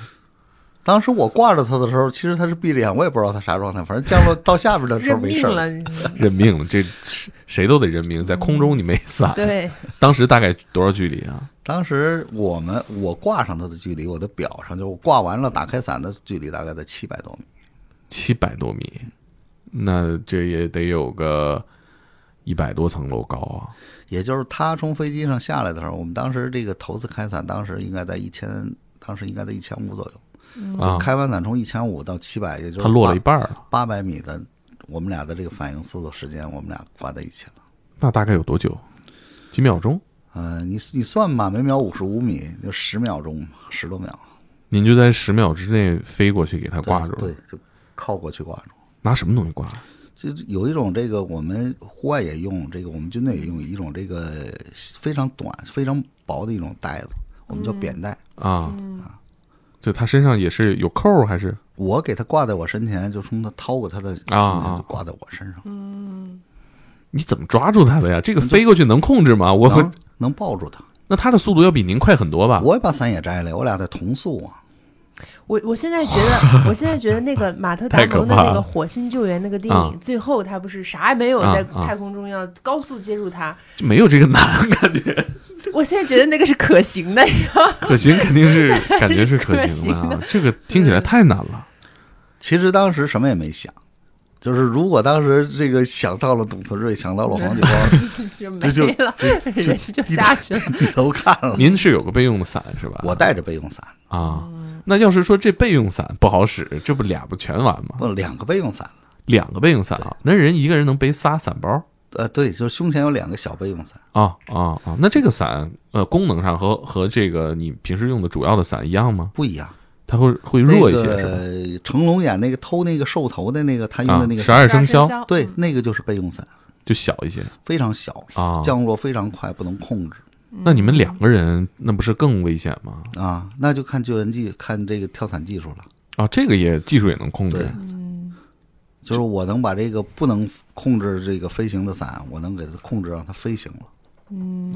当时我挂着他的时候，其实他是闭着眼，我也不知道他啥状态，反正降落到下边的时候
认
没
命
事儿。
了，你
认命了，这谁谁都得认命，在空中你没伞。
对，
当时大概多少距离啊？
当时我们我挂上他的距离，我的表上就是我挂完了打开伞的距离大概在七百多米，
七百多米，那这也得有个一百多层楼高啊！
也就是他从飞机上下来的时候，我们当时这个头次开伞，当时应该在一千，当时应该在一千五左右。
啊，
开完伞从一千五到七百，也就是
它落了一半儿了，
八百米的，我们俩的这个反应速度时间，我们俩挂在一起了。
那大概有多久？几秒钟？
嗯、你你算吧，每秒五十五米，就十秒钟，十多秒
您就在十秒之内飞过去给它
对
挂住
对
了，，
就靠过去挂住。
拿什么东西挂？
就有一种这个我们户外也用，这个我们军队也用一种这个非常短、非常薄的一种带子，我们叫扁带。
啊？就他身上也是有扣儿还是
我给它挂在我身前，就从它掏过它的
啊啊
从它就挂在我身上，
你怎么抓住他的呀？这个飞过去能控制吗？我啊
能能抱住它，
那他的速度要比您快很多吧？
我也把伞也摘了，我俩在同宿啊。
我我现在觉 得，我现在觉得那个马特·达
太可
蒙的
怕
那个
了
《火星救援》那个电
啊
影，最后他不是啥也没有，
啊
在
啊
太空中要高速接住他。
就没有这个难，感觉
我现在觉得那个是可行的，
可行肯定是感觉 是可的
可行
啊。这个听起来太难了，
其实当时什么也没想，就是如果当时这个想到了董存瑞，想到了黄继光，
就没
这就
了，人就下去了。
低头看 了。
您是有个备用的伞是吧？
我带着备用伞，
啊，那要是说这备用伞不好使，这不俩不全完吗？
不两个备用伞。
两个备用伞啊，那人一个人能背仨伞包
呃，对，就是胸前有两个小备用伞，
啊啊啊！那这个伞呃，功能上和和这个你平时用的主要的伞一样吗？
不一样。
它会会弱一些
那
是吧？
个成龙演那个偷那个兽头的那个，他用
啊
的那，个
十
伞，
二
生
生肖
对，那个就是备用伞，
就小一些
非常小，
啊。
降落非常快，不能控制
嗯
那你们两个人那不是更危险吗？
啊。那就看救援技，看这个跳伞技术了。
啊，这个也技术也能控
对
制，
就是我能把这个不能控制这个飞行的伞，我能给它控制让它飞行了。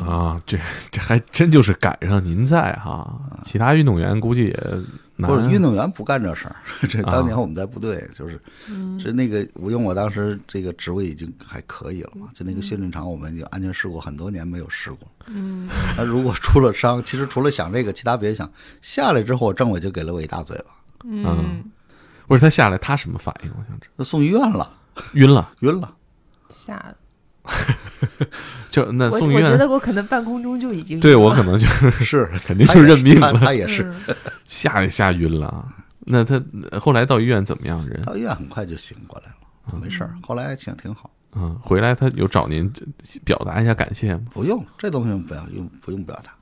啊，这这还真就是赶上您在哈，其他运动员估计也难。
啊
啊
不是运动员不干这事儿， 这当年我们在部队就是，
嗯
这那个我用我当时这个职位已经还可以了嘛，就那
嗯
个训练场我们就安全事故很多年没有事故。嗯， 那如果出了伤，其实除了想这个，其他别想。下来之后，政委就给了我一大嘴巴，
嗯，不是他下来他什么反应？我想知
就送医院了，
道，晕了
晕了。
吓得
就那
我
送医
我觉
院。
得我可能半空中就已经嗯哦
对我可能 就是
是，
肯定就认命
他也是他
了，
他也是
吓也吓晕了。那他后来到医院怎么样？人
到医院很快就醒过来了，就没事
嗯
儿。后来挺挺好，
嗯，回来他有找您表达一下感谢吗？
不用这东西不要用，不用表达，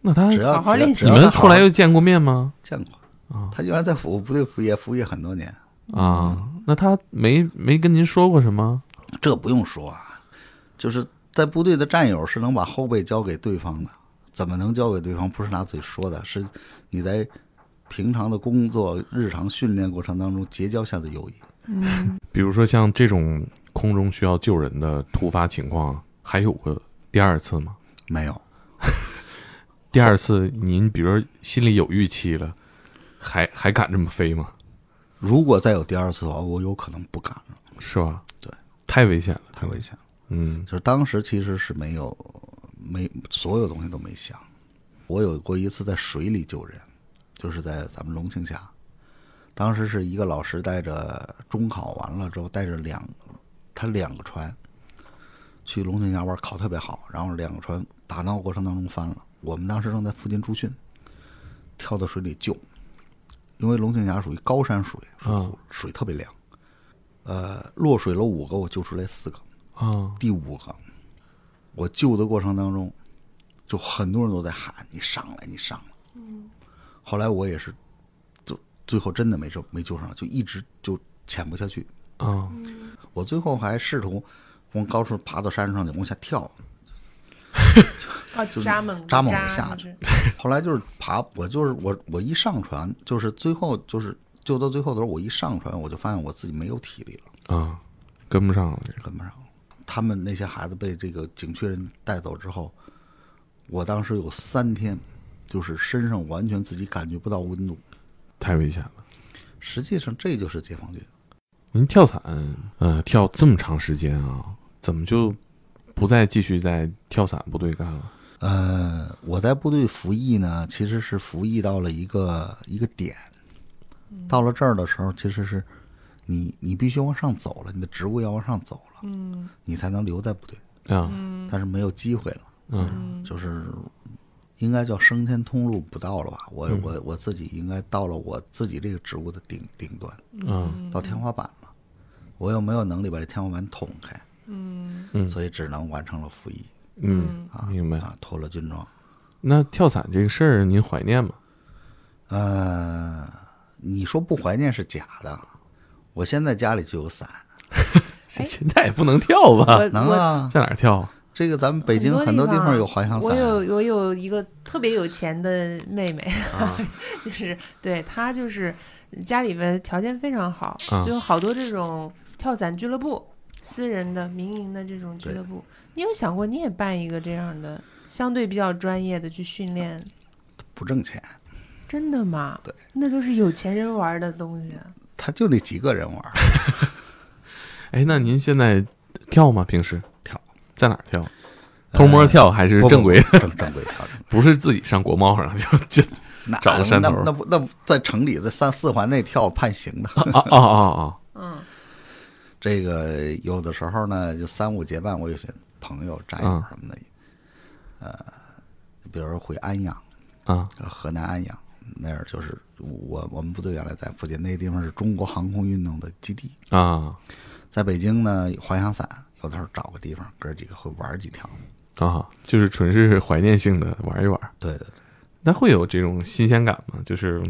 那他
只要
嗯好好
只要
练习
你
只要
们
他好
后来
好
又啊见过面吗？
见过。他原来在服部队服役，服役很多年，
啊，那他没没跟您说过什么？
这不用说啊，就是在部队的战友是能把后背交给对方的，怎么能交给对方？不是拿嘴说的，是你在平常的工作、日常训练过程当中结交下的友谊。
比如说像这种空中需要救人的突发情况，还有过第二次吗？
没有，
第二次您比如说心里有预期了，还还敢这么飞吗？
如果再有第二次的话，我有可能不敢了，
是吧？
对，
太危险了。
太危险了。
嗯
就是当时其实是没有，没所有东西都没想。我有过一次在水里救人，就是在咱们龙庆峡，当时是一个老师带着中考完了之后带着两他两个船去龙庆峡玩，考特别好，然后两个船打闹过程当中翻了，我们当时正在附近驻训，跳到水里救，因为龙庆峡属于高山水，水库水特别凉，呃，落水了五个，我救出来四个。
啊
第五个，我救的过程当中，就很多人都在喊“你上来，你上来”。后来我也是，就最后真的没救，没救上来，就一直就潜不下去。
啊
我最后还试图往高处爬到山上去，往下跳。
啊，扎猛
扎猛
扎
下
去，
后来就是爬，我就是我，我一上船，就是最后就是救到最后的时候，我一上船，我就发现我自己没有体力了，
啊，跟不上了。
跟不上了。他们那些孩子被这个景区人带走之后，我当时有三天，就是身上完全自己感觉不到温度。
太危险了。
实际上，这就是解放军。
您跳伞，呃，跳这么长时间啊，怎么就不再继续在跳伞部队干了？
呃，我在部队服役呢，其实是服役到了一个一个点，到了这儿的时候，其实是你你必须往上走了，你的职务要往上走了，嗯，你才能留在部队，
啊，
但是没有机会了，
嗯，
就是应该叫升迁通路不到了吧？我、
嗯
我我自己应该到了我自己这个职务的顶顶端，
嗯，
到天花板了，我又没有能力把这天花板捅开，
嗯
所以只能完成了服役
嗯，明白。
啊，脱了军装。
那跳伞这个事儿，您怀念吗？
呃，你说不怀念是假的，我现在家里就有伞，
现现在也不能跳吧？
呃我
能
我
啊。
在哪儿跳？
这个咱们北京
很多
很多
地
地
方
有
啊
滑翔
我
伞，
有我有一个特别有钱的妹妹，
啊
就是对她就是家里面条件非常好，
啊
就好多这种跳伞俱乐部。私人的、民营的这种俱
对
乐部，你有想过你也办一个这样的，相对比较专业的去训练？
不挣钱，
真的吗？
对，
那都是有钱人玩的东西。啊
他就那几个人玩儿，
哎，那您现在跳呃吗？平时
跳，
在哪儿跳？偷摸跳还是
不不
正规？
不正正规跳正规。
不是自己上国贸上就 就
那
找个山头
那那不那不在城里在三四环内跳判刑的。
啊啊啊啊！
嗯，
这个有的时候呢，就三五结伴，我有些朋友战
嗯
友什么的，呃，比如说回安阳，
啊，
呃河南安阳那儿，就是我我们部队原来在附近，那个地方是中国航空运动的基地。
啊
在北京呢，滑翔伞有的时候找个地方，哥几个会玩几条。
啊，就是纯是怀念性的玩一玩。
对对对，
那会有这种新鲜感吗？就是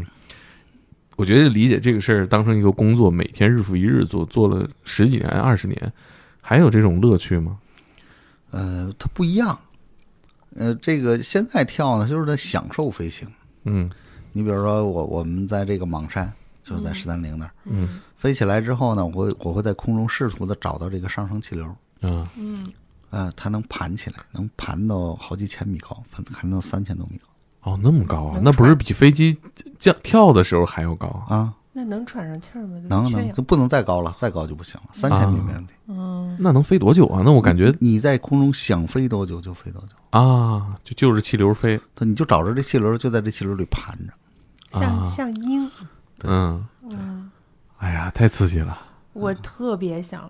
我觉得理解这个事儿当成一个工作，每天日复一日做，做了十几年、二十年，还有这种乐趣吗？
呃，它不一样。呃，这个现在跳呢，就是在享受飞行。
嗯
你比如说我我们在这个莽山，就是在十三陵那儿，
嗯
飞起来之后呢，我会我会在空中试图的找到这个上升气流，
啊
嗯
呃，它能盘起来，能盘到好几千米高，盘盘到三千多米高
哦，那么高啊
能？
那不是比飞机降跳的时候还要高啊？
啊，
那能喘上气儿吗？
能
缺
能
氧
就不能再高了，再高就不行了，三千米没问题。
嗯，
那能飞多久啊？啊那我感觉
你在空中想飞多久就飞多久，
啊，就就是气流飞，
它你就找着这气流，就在这气流里盘着。
像、
啊
像鹰，
对
嗯，
嗯，
哎呀，太刺激了。
我特别想，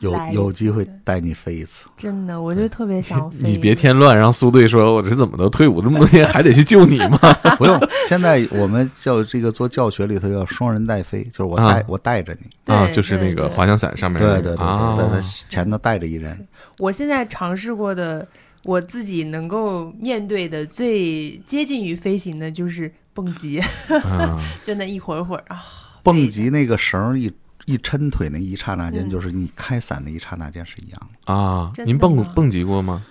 有
来一
有机会
次
带你飞一次，
真的，我就特别想飞。
你别添乱，让苏队说我这怎么都退伍这么多年还得去救你吗？
不用。现在我们叫这个做教学里头叫双人带飞，就是我带、
啊
我带着你，
对
啊，就是那
对
个
对
滑翔伞上面
对
那
对
个
对对，
啊
在他前头带着一人，
我现在尝试过的，我自己能够面对的最接近于飞行的就是蹦极，
啊
就那一会儿会儿啊，
蹦极那个绳儿一一抻腿那一刹那间，
嗯
就是你开伞那一刹那间是一样的。
啊！
真的
您蹦
吗
蹦极过吗？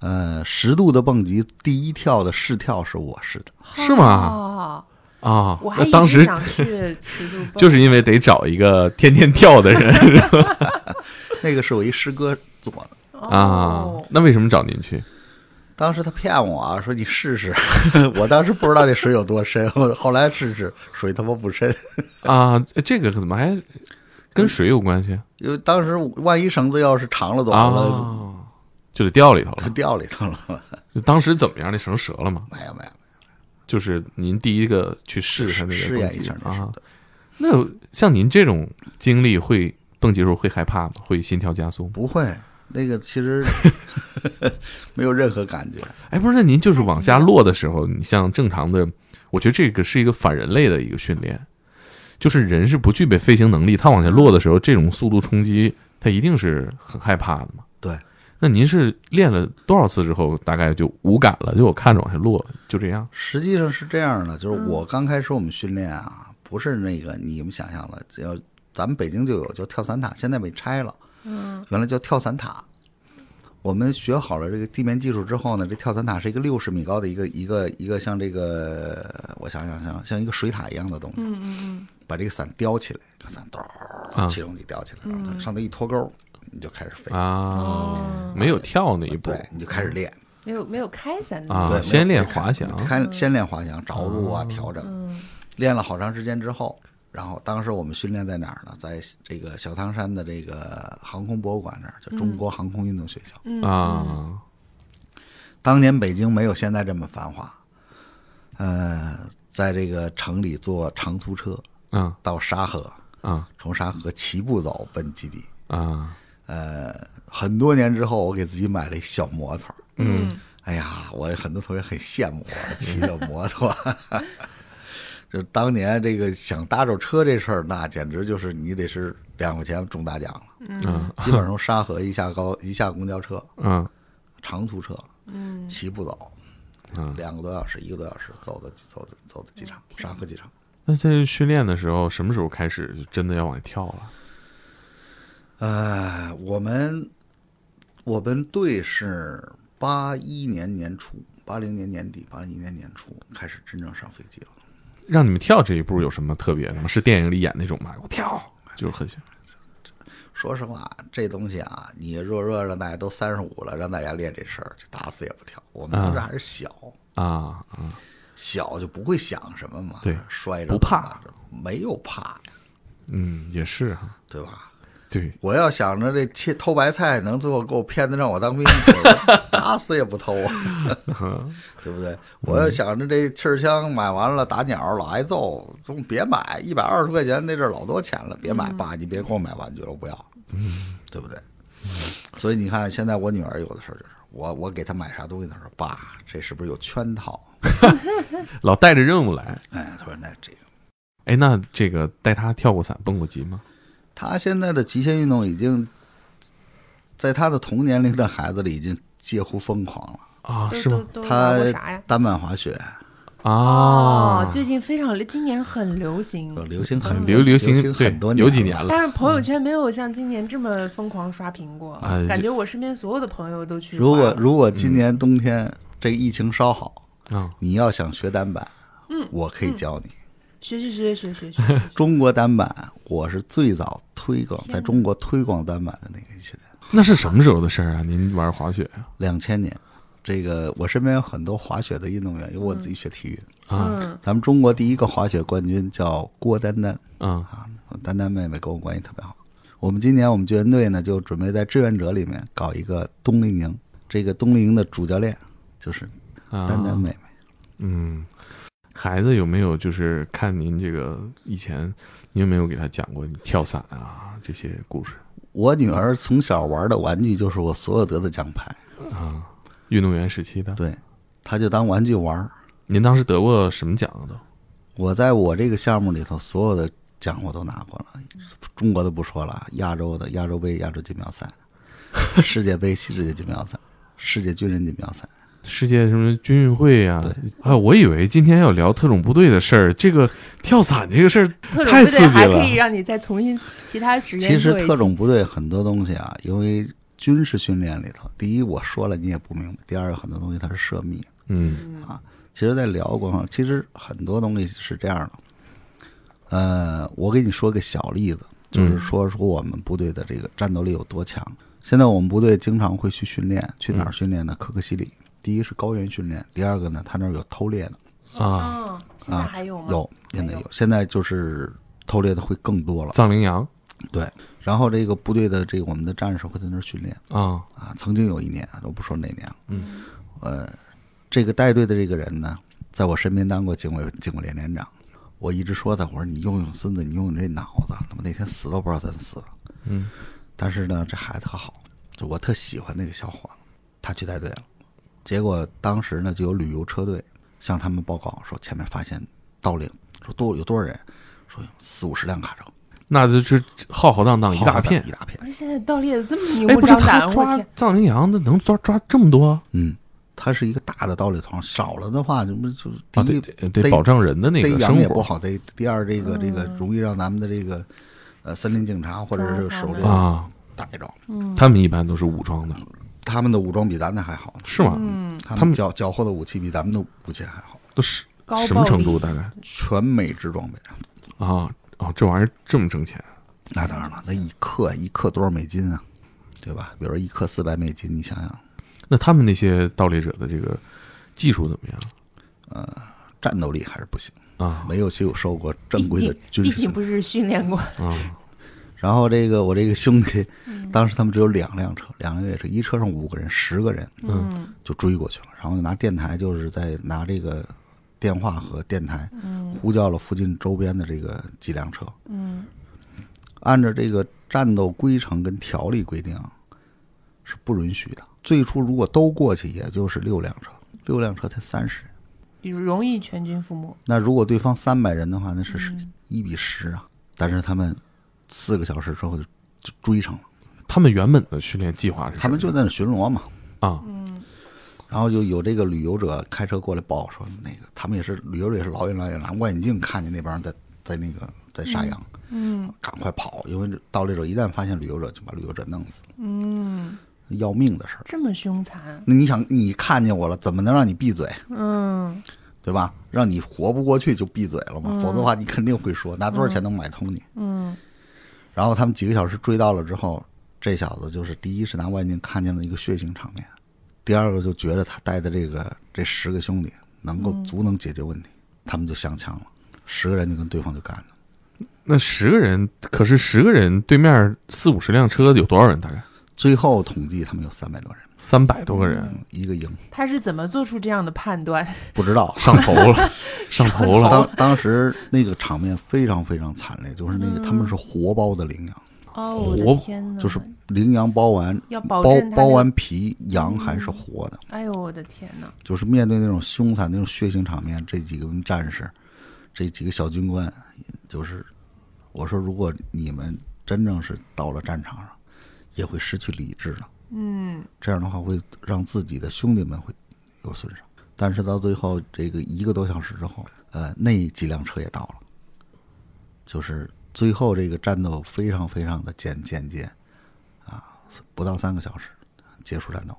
呃，十度的蹦极，第一跳的试跳是我试的，
是吗？
哦
啊
我，还
那
一
当
直
时
想去尺度蹦，
就是因为得找一个天天跳的人
那个是我一师哥做的。
啊
哦。
那为什么找您去？
当时他骗我啊，说你试 试，我当时不知道那水有多深， 我后来试试，水他妈不深，
啊，这个怎么还跟水有关系
因为当时万一绳子要是长了短了，
啊？就得掉里头
就
了。
掉里头了。
就当时怎么样？那绳折了吗？
没有没有，
就是您第一个去试他那
试
个蹦
验一
极
下那是
啊。
的。
那像您这种经历，会蹦极时候会害怕吗？会心跳加速吗？
不会，那个其 实没有任何感觉。
哎，不是，那您就是往下落的时候，你像正常的，我觉得这个是一个反人类的一个训练，就是人是不具备飞行能力，他往下落的时候，这种速度冲击，他一定是很害怕的嘛。
对，
那您是练了多少次之后，大概就无感了，就我看着往下落，就这样
实际上是这样的，就是我刚开始我们训练啊，不是那个你们想象的，只要咱们北京就有叫跳伞塔，现在被拆了，嗯，原来叫跳伞塔。我们学好了这个地面技术之后呢，这跳伞塔是一个六十米高的一个一个一个像这个，我想想像像一个水塔一样的东西，嗯嗯嗯，把这个伞吊起来，把伞哆
啊
儿起重机吊起来，然后它上头一脱钩，你就开始飞，
啊，没有跳那一步
对，你就开始练，
没有没有开伞的
啊
对，
先
没有
练滑翔哦
看先练滑翔着陆啊，调整，练了好长时间之后，然后当时我们训练在哪儿呢？在这个小汤山的这个航空博物馆那儿，叫中国航空运动学校。
啊
当年北京没有现在这么繁华，呃，在这个城里坐长途车
啊
到沙河，
啊
从沙河齐步走奔基地。
啊！
呃，很多年之后，我给自己买了一小摩托。
嗯，
哎呀，我很多同学很羡慕我骑着摩托。 就当年这个想搭着车这事儿，那简直就是你得是两块钱中大奖了。
嗯
基本上从沙河一下高一下公交车，
嗯
长途车，嗯，齐步走，
嗯
两个多小时，一个多小时走的走的走的机场，沙河机场。
那在训练的时候，什么时候开始就真的要往下跳了？
呃，我们我们队是八一年年初，八零年年底，八一年年初开始真正上飞机了。
让你们跳这一步有什么特别的吗？是电影里演那种吗？我跳，就是很
说实话，这东西啊，你弱弱让大家都三十五了，让大家练这事儿，就打死也不跳。我们当时还是小，
啊啊，
小就不会想什么嘛，
对
摔着
不怕
怎么着，没有怕呀，
嗯，也是哈，
对吧？
对，
我要想着这切偷白菜能最后给我骗的让我当兵去，我 打死也不偷啊，对不
嗯
对？我要想着这气儿枪买完了打鸟老挨揍，总别买，一百二十块钱那阵儿老多钱了，别买，
嗯
爸，你别给我买玩具了，我不要，对不对？所以你看，现在我女儿有的时候就是我我给她买啥东西的时候，爸，这是不是有圈套？
老带着任务来。
哎，她说那这个。
哎，那这个带他跳过伞、蹦过极吗？
他现在的极限运动已经在他的同年龄的孩子里已经介乎疯狂了。
啊，
都
是
都
吗？
都
他
玩过啥呀？
单板滑雪
啊，
哦，最近非常流，今年很流行，
流行很
流流行
行
对
很多
有几年
了，
了
但是朋友圈没有像今年这么疯狂刷屏过
啊，
感觉我身边所有的朋友都去
如
玩了。
果如果今年冬天这个疫情稍好，
啊，
你要想学单板，嗯，我可以教你。
学学学学学学学，学
中国单板，我是最早推广在中国推广单板的那个一些人。
那是什么时候的事儿啊？您玩滑雪啊？
两千年，这个我身边有很多滑雪的运动员，因为我自己学体育。
啊
嗯，
咱们中国第一个滑雪冠军叫郭丹丹，
啊
啊，我丹丹妹妹跟我关系特别好。我们今年我们救援队呢，就准备在志愿者里面搞一个冬令营。这个冬令营的主教练就是
啊！
丹丹妹妹。
嗯，孩子有没有就是看您这个以前，你有没有给他讲过你跳伞啊这些故事
我女儿从小玩的玩具就是我所有得的奖牌，
啊？运动员时期的，
对，她就当玩具玩儿。
您当时得过什么奖啊？都
我在我这个项目里头，所有的奖我都拿过了，中国的不说了，亚洲的亚洲杯、亚洲锦标赛、世界杯、西世界锦标赛、世界军人锦标赛。
世界什么军运会啊
对？
啊，我以为今天要聊特种部队的事儿，这个跳伞这个事儿
特种
太
部
刺激
队还
了
可以让你再重新其他时间
其实
做一
特
次
种部队很多东西啊，因为军事训练里头，第一我说了你也不明白，第二很多东西它是涉密。
嗯
其实，在聊过程，其实很多东西是这样的。呃，我给你说个小例子，就是说说我们部队的这个战斗力有多强。现在我们部队经常会去训练，去哪儿训练呢？可可西里，第一是高原训练，第二个呢，他那儿有偷猎的，
啊，
嗯，现在还有吗？
有现在
还有
有，现在就是偷猎的会更多了。
藏羚羊
对，然后这个部队的这个我们的战士会在那儿训练。
啊，
啊，曾经有一年，我不说哪年，嗯，呃，这个带队的这个人呢，在我身边当过警卫警卫连连长，我一直说他，我说你用用孙子，你用用这脑子，他妈那天死都不知道怎么死了，
嗯，
但是呢，这孩子特好，就我特喜欢那个小伙子，他去带队了，结果当时呢，就有旅游车队向他们报告说前面发现盗领，说多有多少人，说有四五十辆卡车，
那就是浩浩荡啊荡一
浩
大
浩荡
片
一。大片
不，是现在盗猎的这么明
哎，
目
不是
张
他
胆，我
抓
天，
藏羚羊，那能抓抓这么多啊？
嗯。它是一个大的盗猎团，少了的话，就不就是第
啊，
一
得得得
逮
保障人的那
逮
个
羊
生
也不
活
好逮。第二，这个这个
嗯
容易让咱们的这个呃森林警察或者是狩猎
啊。
逮着。
嗯
他们一般都是武装的，
他们的武装比咱的还好呢，
是吗？
嗯
他们缴缴获的武器比咱们的武器还好，
都是
高
什么
暴
程
力
度？大概
全美制装备。
啊哦，这玩意儿这么挣钱
那当然了，那一克一克多少美金啊？对吧？比如说一克四百美金，你想想，
那他们那些盗猎者的这个技术怎么样
战斗力还是不行，
啊？
没有去受过正
毕
规的军
竟毕
事
竟
训
不
练。
是训练过，
啊
然后这个我这个兄弟，当时他们只有两辆车，两辆越野车，一车上五个人，十个人，
嗯，
就追过去了，然后就拿电台，就是在拿这个电话和电台呼叫了附近周边的这个几辆车。嗯，按照这个战斗规程跟条例规定是不允许的。最初如果都过去，也就是六辆车，六辆车才三十人。
容易全军覆没。
那如果对方三百人的话，那是
嗯
一比十啊。但是他们四个小时之后就就追上了，
他们原本的训练计划是什么
他们就在那巡逻嘛。
啊
然后就有这个旅游者开车过来报说，那个他们也是旅游者也是老远老远拿望远镜看见那帮人在在那个在杀羊，嗯，赶快跑，因为这盗猎者一旦发现旅游者，就把旅游者弄死，嗯，要命的事儿。
这么凶残，
那你想，你看见我了，怎么能让你闭嘴，
嗯，
对吧？让你活不过去就闭嘴了嘛，否则的话你肯定会说拿多少钱能买通你，嗯。然后他们几个小时追到了之后，这小子就是第一是拿望远镜看见了一个血腥场面，第二个就觉得他带的这个这十个兄弟能够足能解决问题，他们就相枪了，十个人就跟对方就干了。
那十个人，可是十个人对面四五十辆车有多少人？大概
最后统计他们有三百多人，
三百多个人，
嗯一个营
他是怎么做出这样的判断？
不知道。
上头了，上头了。
当当时那个场面非常非常惨烈，就是那
嗯
个他们是活剥的羚羊，
哦，
我
我
的
的
活
天哪！
就是羚羊剥完
要嗯保证
剥
他
剥完皮，羊还是活的。
哎呦，我的天哪！
就是面对那种凶残、那种血腥场面，这几个战士，这几个小军官，就是我说，如果你们真正是到了战场上，也会失去理智了。嗯，这样的话会让自己的兄弟们会有损伤。但是到最后这个一个多小时之后，呃，那几辆车也到了，就是最后这个战斗非常非常的简简洁，啊，不到三个小时结束战斗。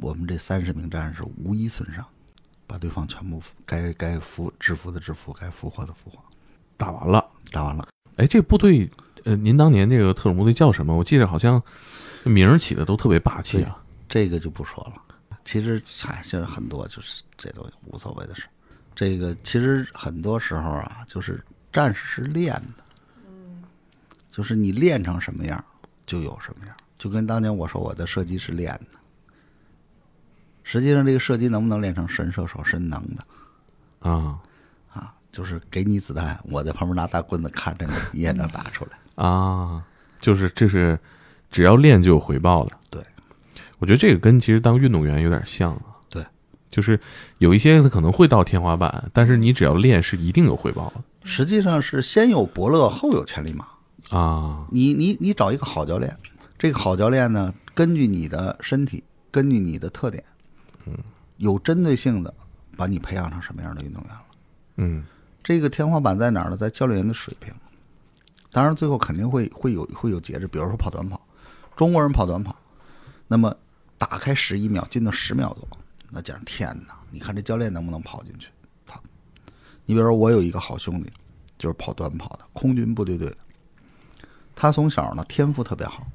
我们这三十名战士无一损伤，把对方全部该该俘制服的制服，该俘获的俘获，
打完了，
打完了。
哎，这部队，呃，您当年这个特种部队叫什么？我记得好像名儿起的都特别霸气啊。
这个就不说了。其实，嗨，现在很多就是这都无所谓的事儿。这个其实很多时候啊，就是战士是练的，就是你练成什么样儿就有什么样儿。就跟当年我说我的射击是练的，实际上这个射击能不能练成神射手是能的，
啊
啊，就是给你子弹，我在旁边拿大棍子看着你，你也能打出来。
啊，就是这是只要练就有回报的。
对，
我觉得这个跟其实当运动员有点像啊。
对，
就是有一些可能会到天花板，但是你只要练是一定有回报的
实际上是先有伯乐，后有千里马。
啊。
你你你找一个好教练，这个好教练呢，根据你的身体，根据你的特点，有针对性的把你培养成什么样的运动员了。
嗯，
这个天花板在哪儿呢？在教练员的水平。当然，最后肯定会会有会有节制，比如说跑短跑，中国人跑短跑，那么打开十一秒，进到十秒多，那讲天哪！你看这教练能不能跑进去？他，你比如说我有一个好兄弟，就是跑短跑的，空军部队队的，他从小呢天赋特别好，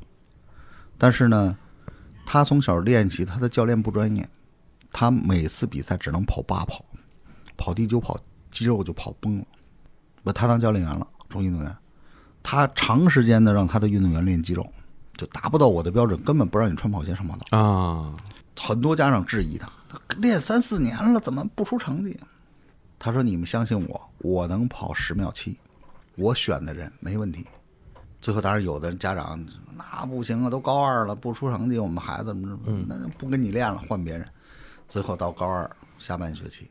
但是呢，他从小练习，他的教练不专业，他每次比赛只能跑八跑，跑第九跑肌肉就跑崩了。不，他当教练员了，中运动员，他长时间的让他的运动员练肌肉，就达不到我的标准，根本不让你穿跑鞋上跑道。
啊，
很多家长质疑他，练三四年了，怎么不出成绩？他说：“你们相信我，我能跑十秒七，我选的人没问题。”最后，当然有的家长那不行啊，都高二了不出成绩，我们孩子怎么怎么，那就不跟你练了，换别人。最后到高二下半学期，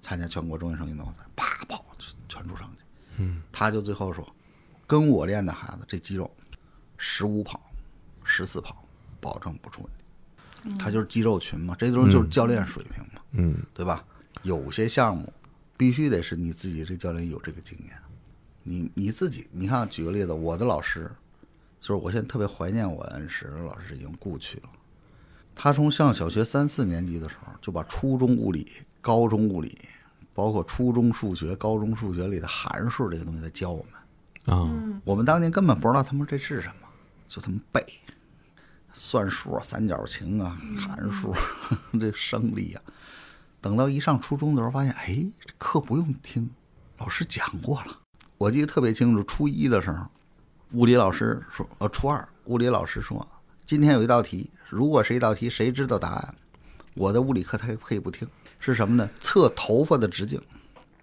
参加全国中学生运动赛，啪跑全出成绩。嗯，他就最后说，跟我练的孩子这肌肉，十五跑，十四跑，保证不出问题。他就是肌肉群嘛，这都是就是教练水平嘛，
嗯，
对吧？有些项目必须得是你自己这教练有这个经验，你你自己，你看，举个例子，我的老师，就是我现在特别怀念我恩师老师已经故去了，他从上小学三四年级的时候就把初中物理、高中物理，包括初中数学、高中数学里的函数这个东西在教我们。
啊，
我们当年根本不知道他们这是什么，就他们背，算术、啊、三角形啊、函数、 这生理啊。等到一上初中的时候，发现哎，这课不用听，老师讲过了。我记得特别清楚，初一的时候，物理老师说，呃，初二物理老师说，今天有一道题，如果是一道题谁知道答案，我的物理课他可以不听，是什么呢？测头发的直径。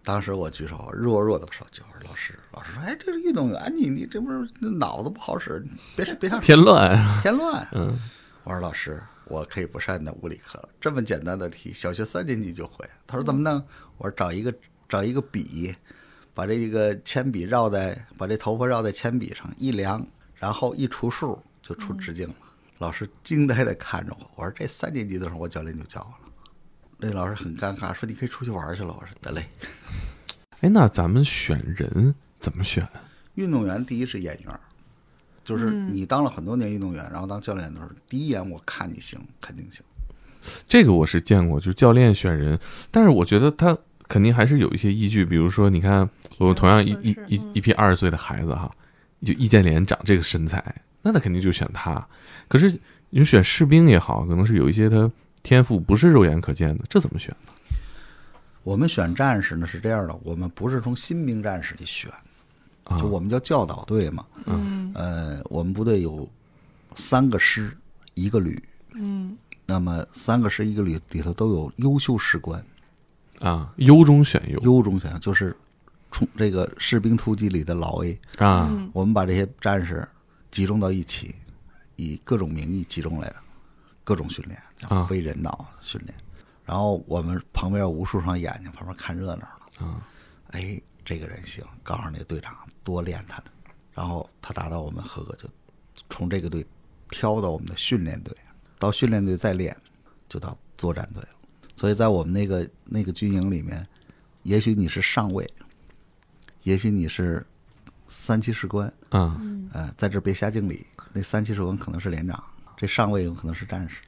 当时我举手，弱弱的说：“就是老师。”老师说：“哎，这是运动员，你你这不是脑子不好使，你别别想
添乱，
添乱。”
嗯，
我说：“老师，我可以不上你的物理课了，这么简单的题，小学三年级就会。”他说：“怎么弄？”我说：“找一个找一个笔，把这个铅笔绕在，把这头发绕在铅笔上一量，然后一除数就出直径了。老师惊呆的看着我，我说：“这三年级的时候，我教练就教我了。”那老师很尴尬，说：“你可以出去玩去了。”我说：“得嘞。”
哎，那咱们选人怎么选？
运动员第一是眼缘儿，就是你当了很多年运动员，然后当教练的时候，第一眼我看你行，肯定行。
这个我是见过，就是教练选人，但是我觉得他肯定还是有一些依据，比如说你看，我同样一
确
一
实
一
嗯
一批二十岁的孩子哈，就易建联长这个身材，那他肯定就选他。可是你选士兵也好，可能是有一些他天赋不是肉眼可见的，这怎么选？
我们选战士呢是这样的，我们不是从新兵战士里选，
啊
就我们叫教导队嘛。
嗯
呃，我们部队有三个师，一个旅。
嗯，
那么三个师一个旅里头都有优秀士官，
啊，优中选优
优中选就是冲这个士兵突击里的老 A。
啊，
我们把这些战士集中到一起，以各种名义集中来的，各种训练，叫非人道训练。然后我们旁边有无数双眼睛，旁边看热闹的
啊。
哎，这个人行，告诉那队长多练他的，哎然后他达到我们合格，就从这个队挑到我们的训练队，到训练队再练，就到作战队了。所以在我们那个那个军营里面，也许你是上尉，也许你是三七士官，
啊，
呃，在这儿别瞎敬礼。那三七士官可能是连长，这上尉有可能是战士。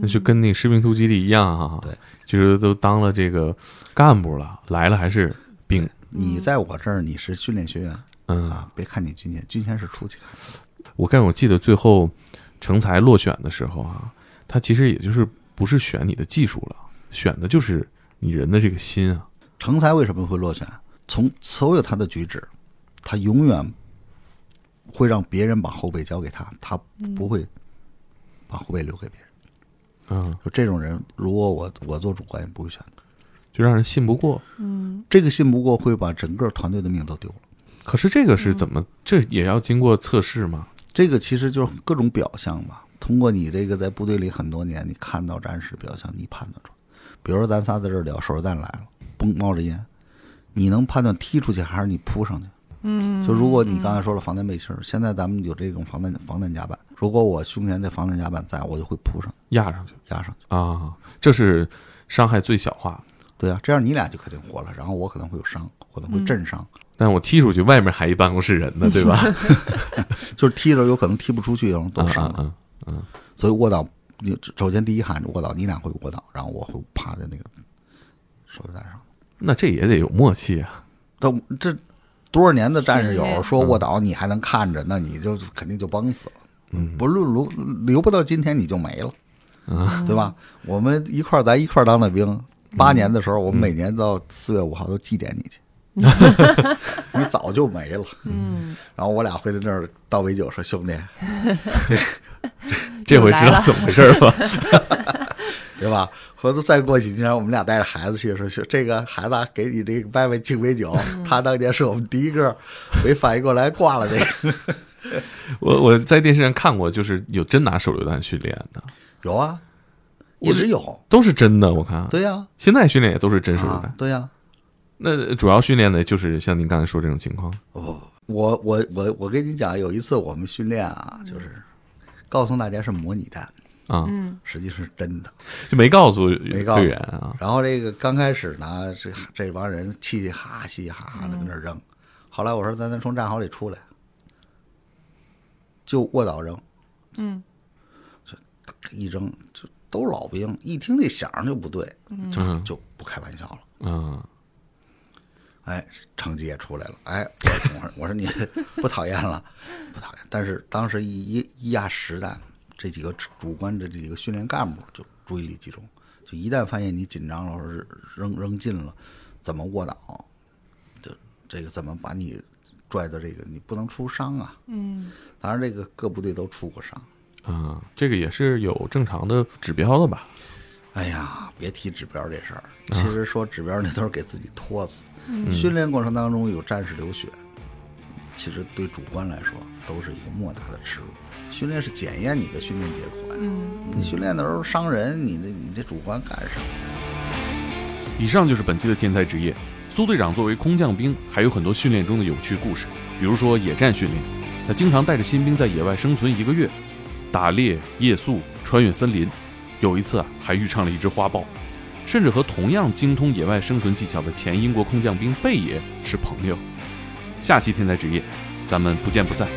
那就跟那个《士兵突击》里一样哈、
对，
就是都当了这个干部了，来了还是兵，
你在我这儿你是训练学员
嗯，
啊，别看你军衔，军衔是出去看的。
我看我记得最后成才落选的时候啊，他其实也就是不是选你的技术了，选的就是你人的这个心啊，
成才为什么会落选？从所有他的举止，他永远会让别人把后背交给他，他不会把后背留给别人。
嗯，
就这种人，如果我我做主管也不会选的。
就让人信不过。
嗯
这个信不过会把整个团队的命都丢了。
可是这个是怎么？这也要经过测试吗？
这个其实就是各种表象吧。通过你这个在部队里很多年，你看到战士表象，你判断出来。比如说咱仨在这儿聊，手榴弹来了，嘣冒着烟，你能判断踢出去还是你扑上去？嗯，就如果你刚才说了防弹背心儿，现在咱们有这种防弹防弹甲板，如果我胸前这防弹甲板在，我就会扑上
压上去
压上去。
啊，这是伤害最小化。
对啊，这样你俩就肯定活了，然后我可能会有伤，可能会震伤，
但我踢出去，外面还一办公室人呢，对 吧？
就是踢的时候有可能踢不出去，然后都
啊
伤
啊
了。
啊！
所以卧倒，你首先第一喊卧倒，你俩会卧倒，然后我会趴在那个手榴弹上。
那这也得有默契啊。
但这多少年的战士
训
友
练
说卧倒，你还能看着，那你就肯定就崩死了。不是留留不到今天你就没了，对吧？我们一块儿咱一块儿当的兵，八年的时候，我们每年到四月五号都祭奠你去，你早就没了。
嗯，
然后我俩会在那儿倒杯酒说：“兄弟，
这回知道怎么回事了吧？
对吧？合作再过几年，我们俩带着孩子去，说是这个孩子啊给你这个伯伯敬杯酒，他当年是我们第一个没反应过来挂了那个。
我我在电视上看过，就是有真拿手榴弹训练的，
有啊，一直有。
都是真的。我看
对呀、
现在训练也都是真
啊，
手榴弹。
对呀、
那主要训练的就是像您刚才说这种情况，
我我我我跟你讲，有一次我们训练啊，就是告诉大家是模拟弹，
啊，
实际是真的。
就没告诉
没告诉
队员啊，
然后这个刚开始呢，这这帮人气气哈哈嘻嘻哈哈的跟那儿扔。后来我说咱咱从战壕里出来，就卧倒扔。
嗯，
这一扔就都是老兵，一听那响儿就不对，就
嗯
就不开玩笑了。
嗯，
哎，成绩也出来了。哎，我我说我说你 不讨厌了，不讨厌。但是当时一一一压实弹，这几个主观的这几个训练干部就注意力集中，就一旦发现你紧张了，或者是扔扔近了，怎么卧倒，就这个怎么把你拽到这个，你不能出伤啊。嗯，当然这个各部队都出过伤。
啊，这个也是有正常的指标的吧？
哎呀，别提指标这事儿。其实说指标那都是给自己拖死。训练过程当中有战士流血，其实对主观来说都是一个莫大的耻辱。训练是检验你的训练结果
嗯
呀。你训练的时候伤人，你这你这主观干什么？
以上就是本期的天才职业。苏队长作为空降兵，还有很多训练中的有趣故事，比如说野战训练，他经常带着新兵在野外生存一个月，打猎、夜宿、穿越森林。有一次啊，还遇上了一只花豹，甚至和同样精通野外生存技巧的前英国空降兵贝爷是朋友。下期天才职业，咱们不见不散。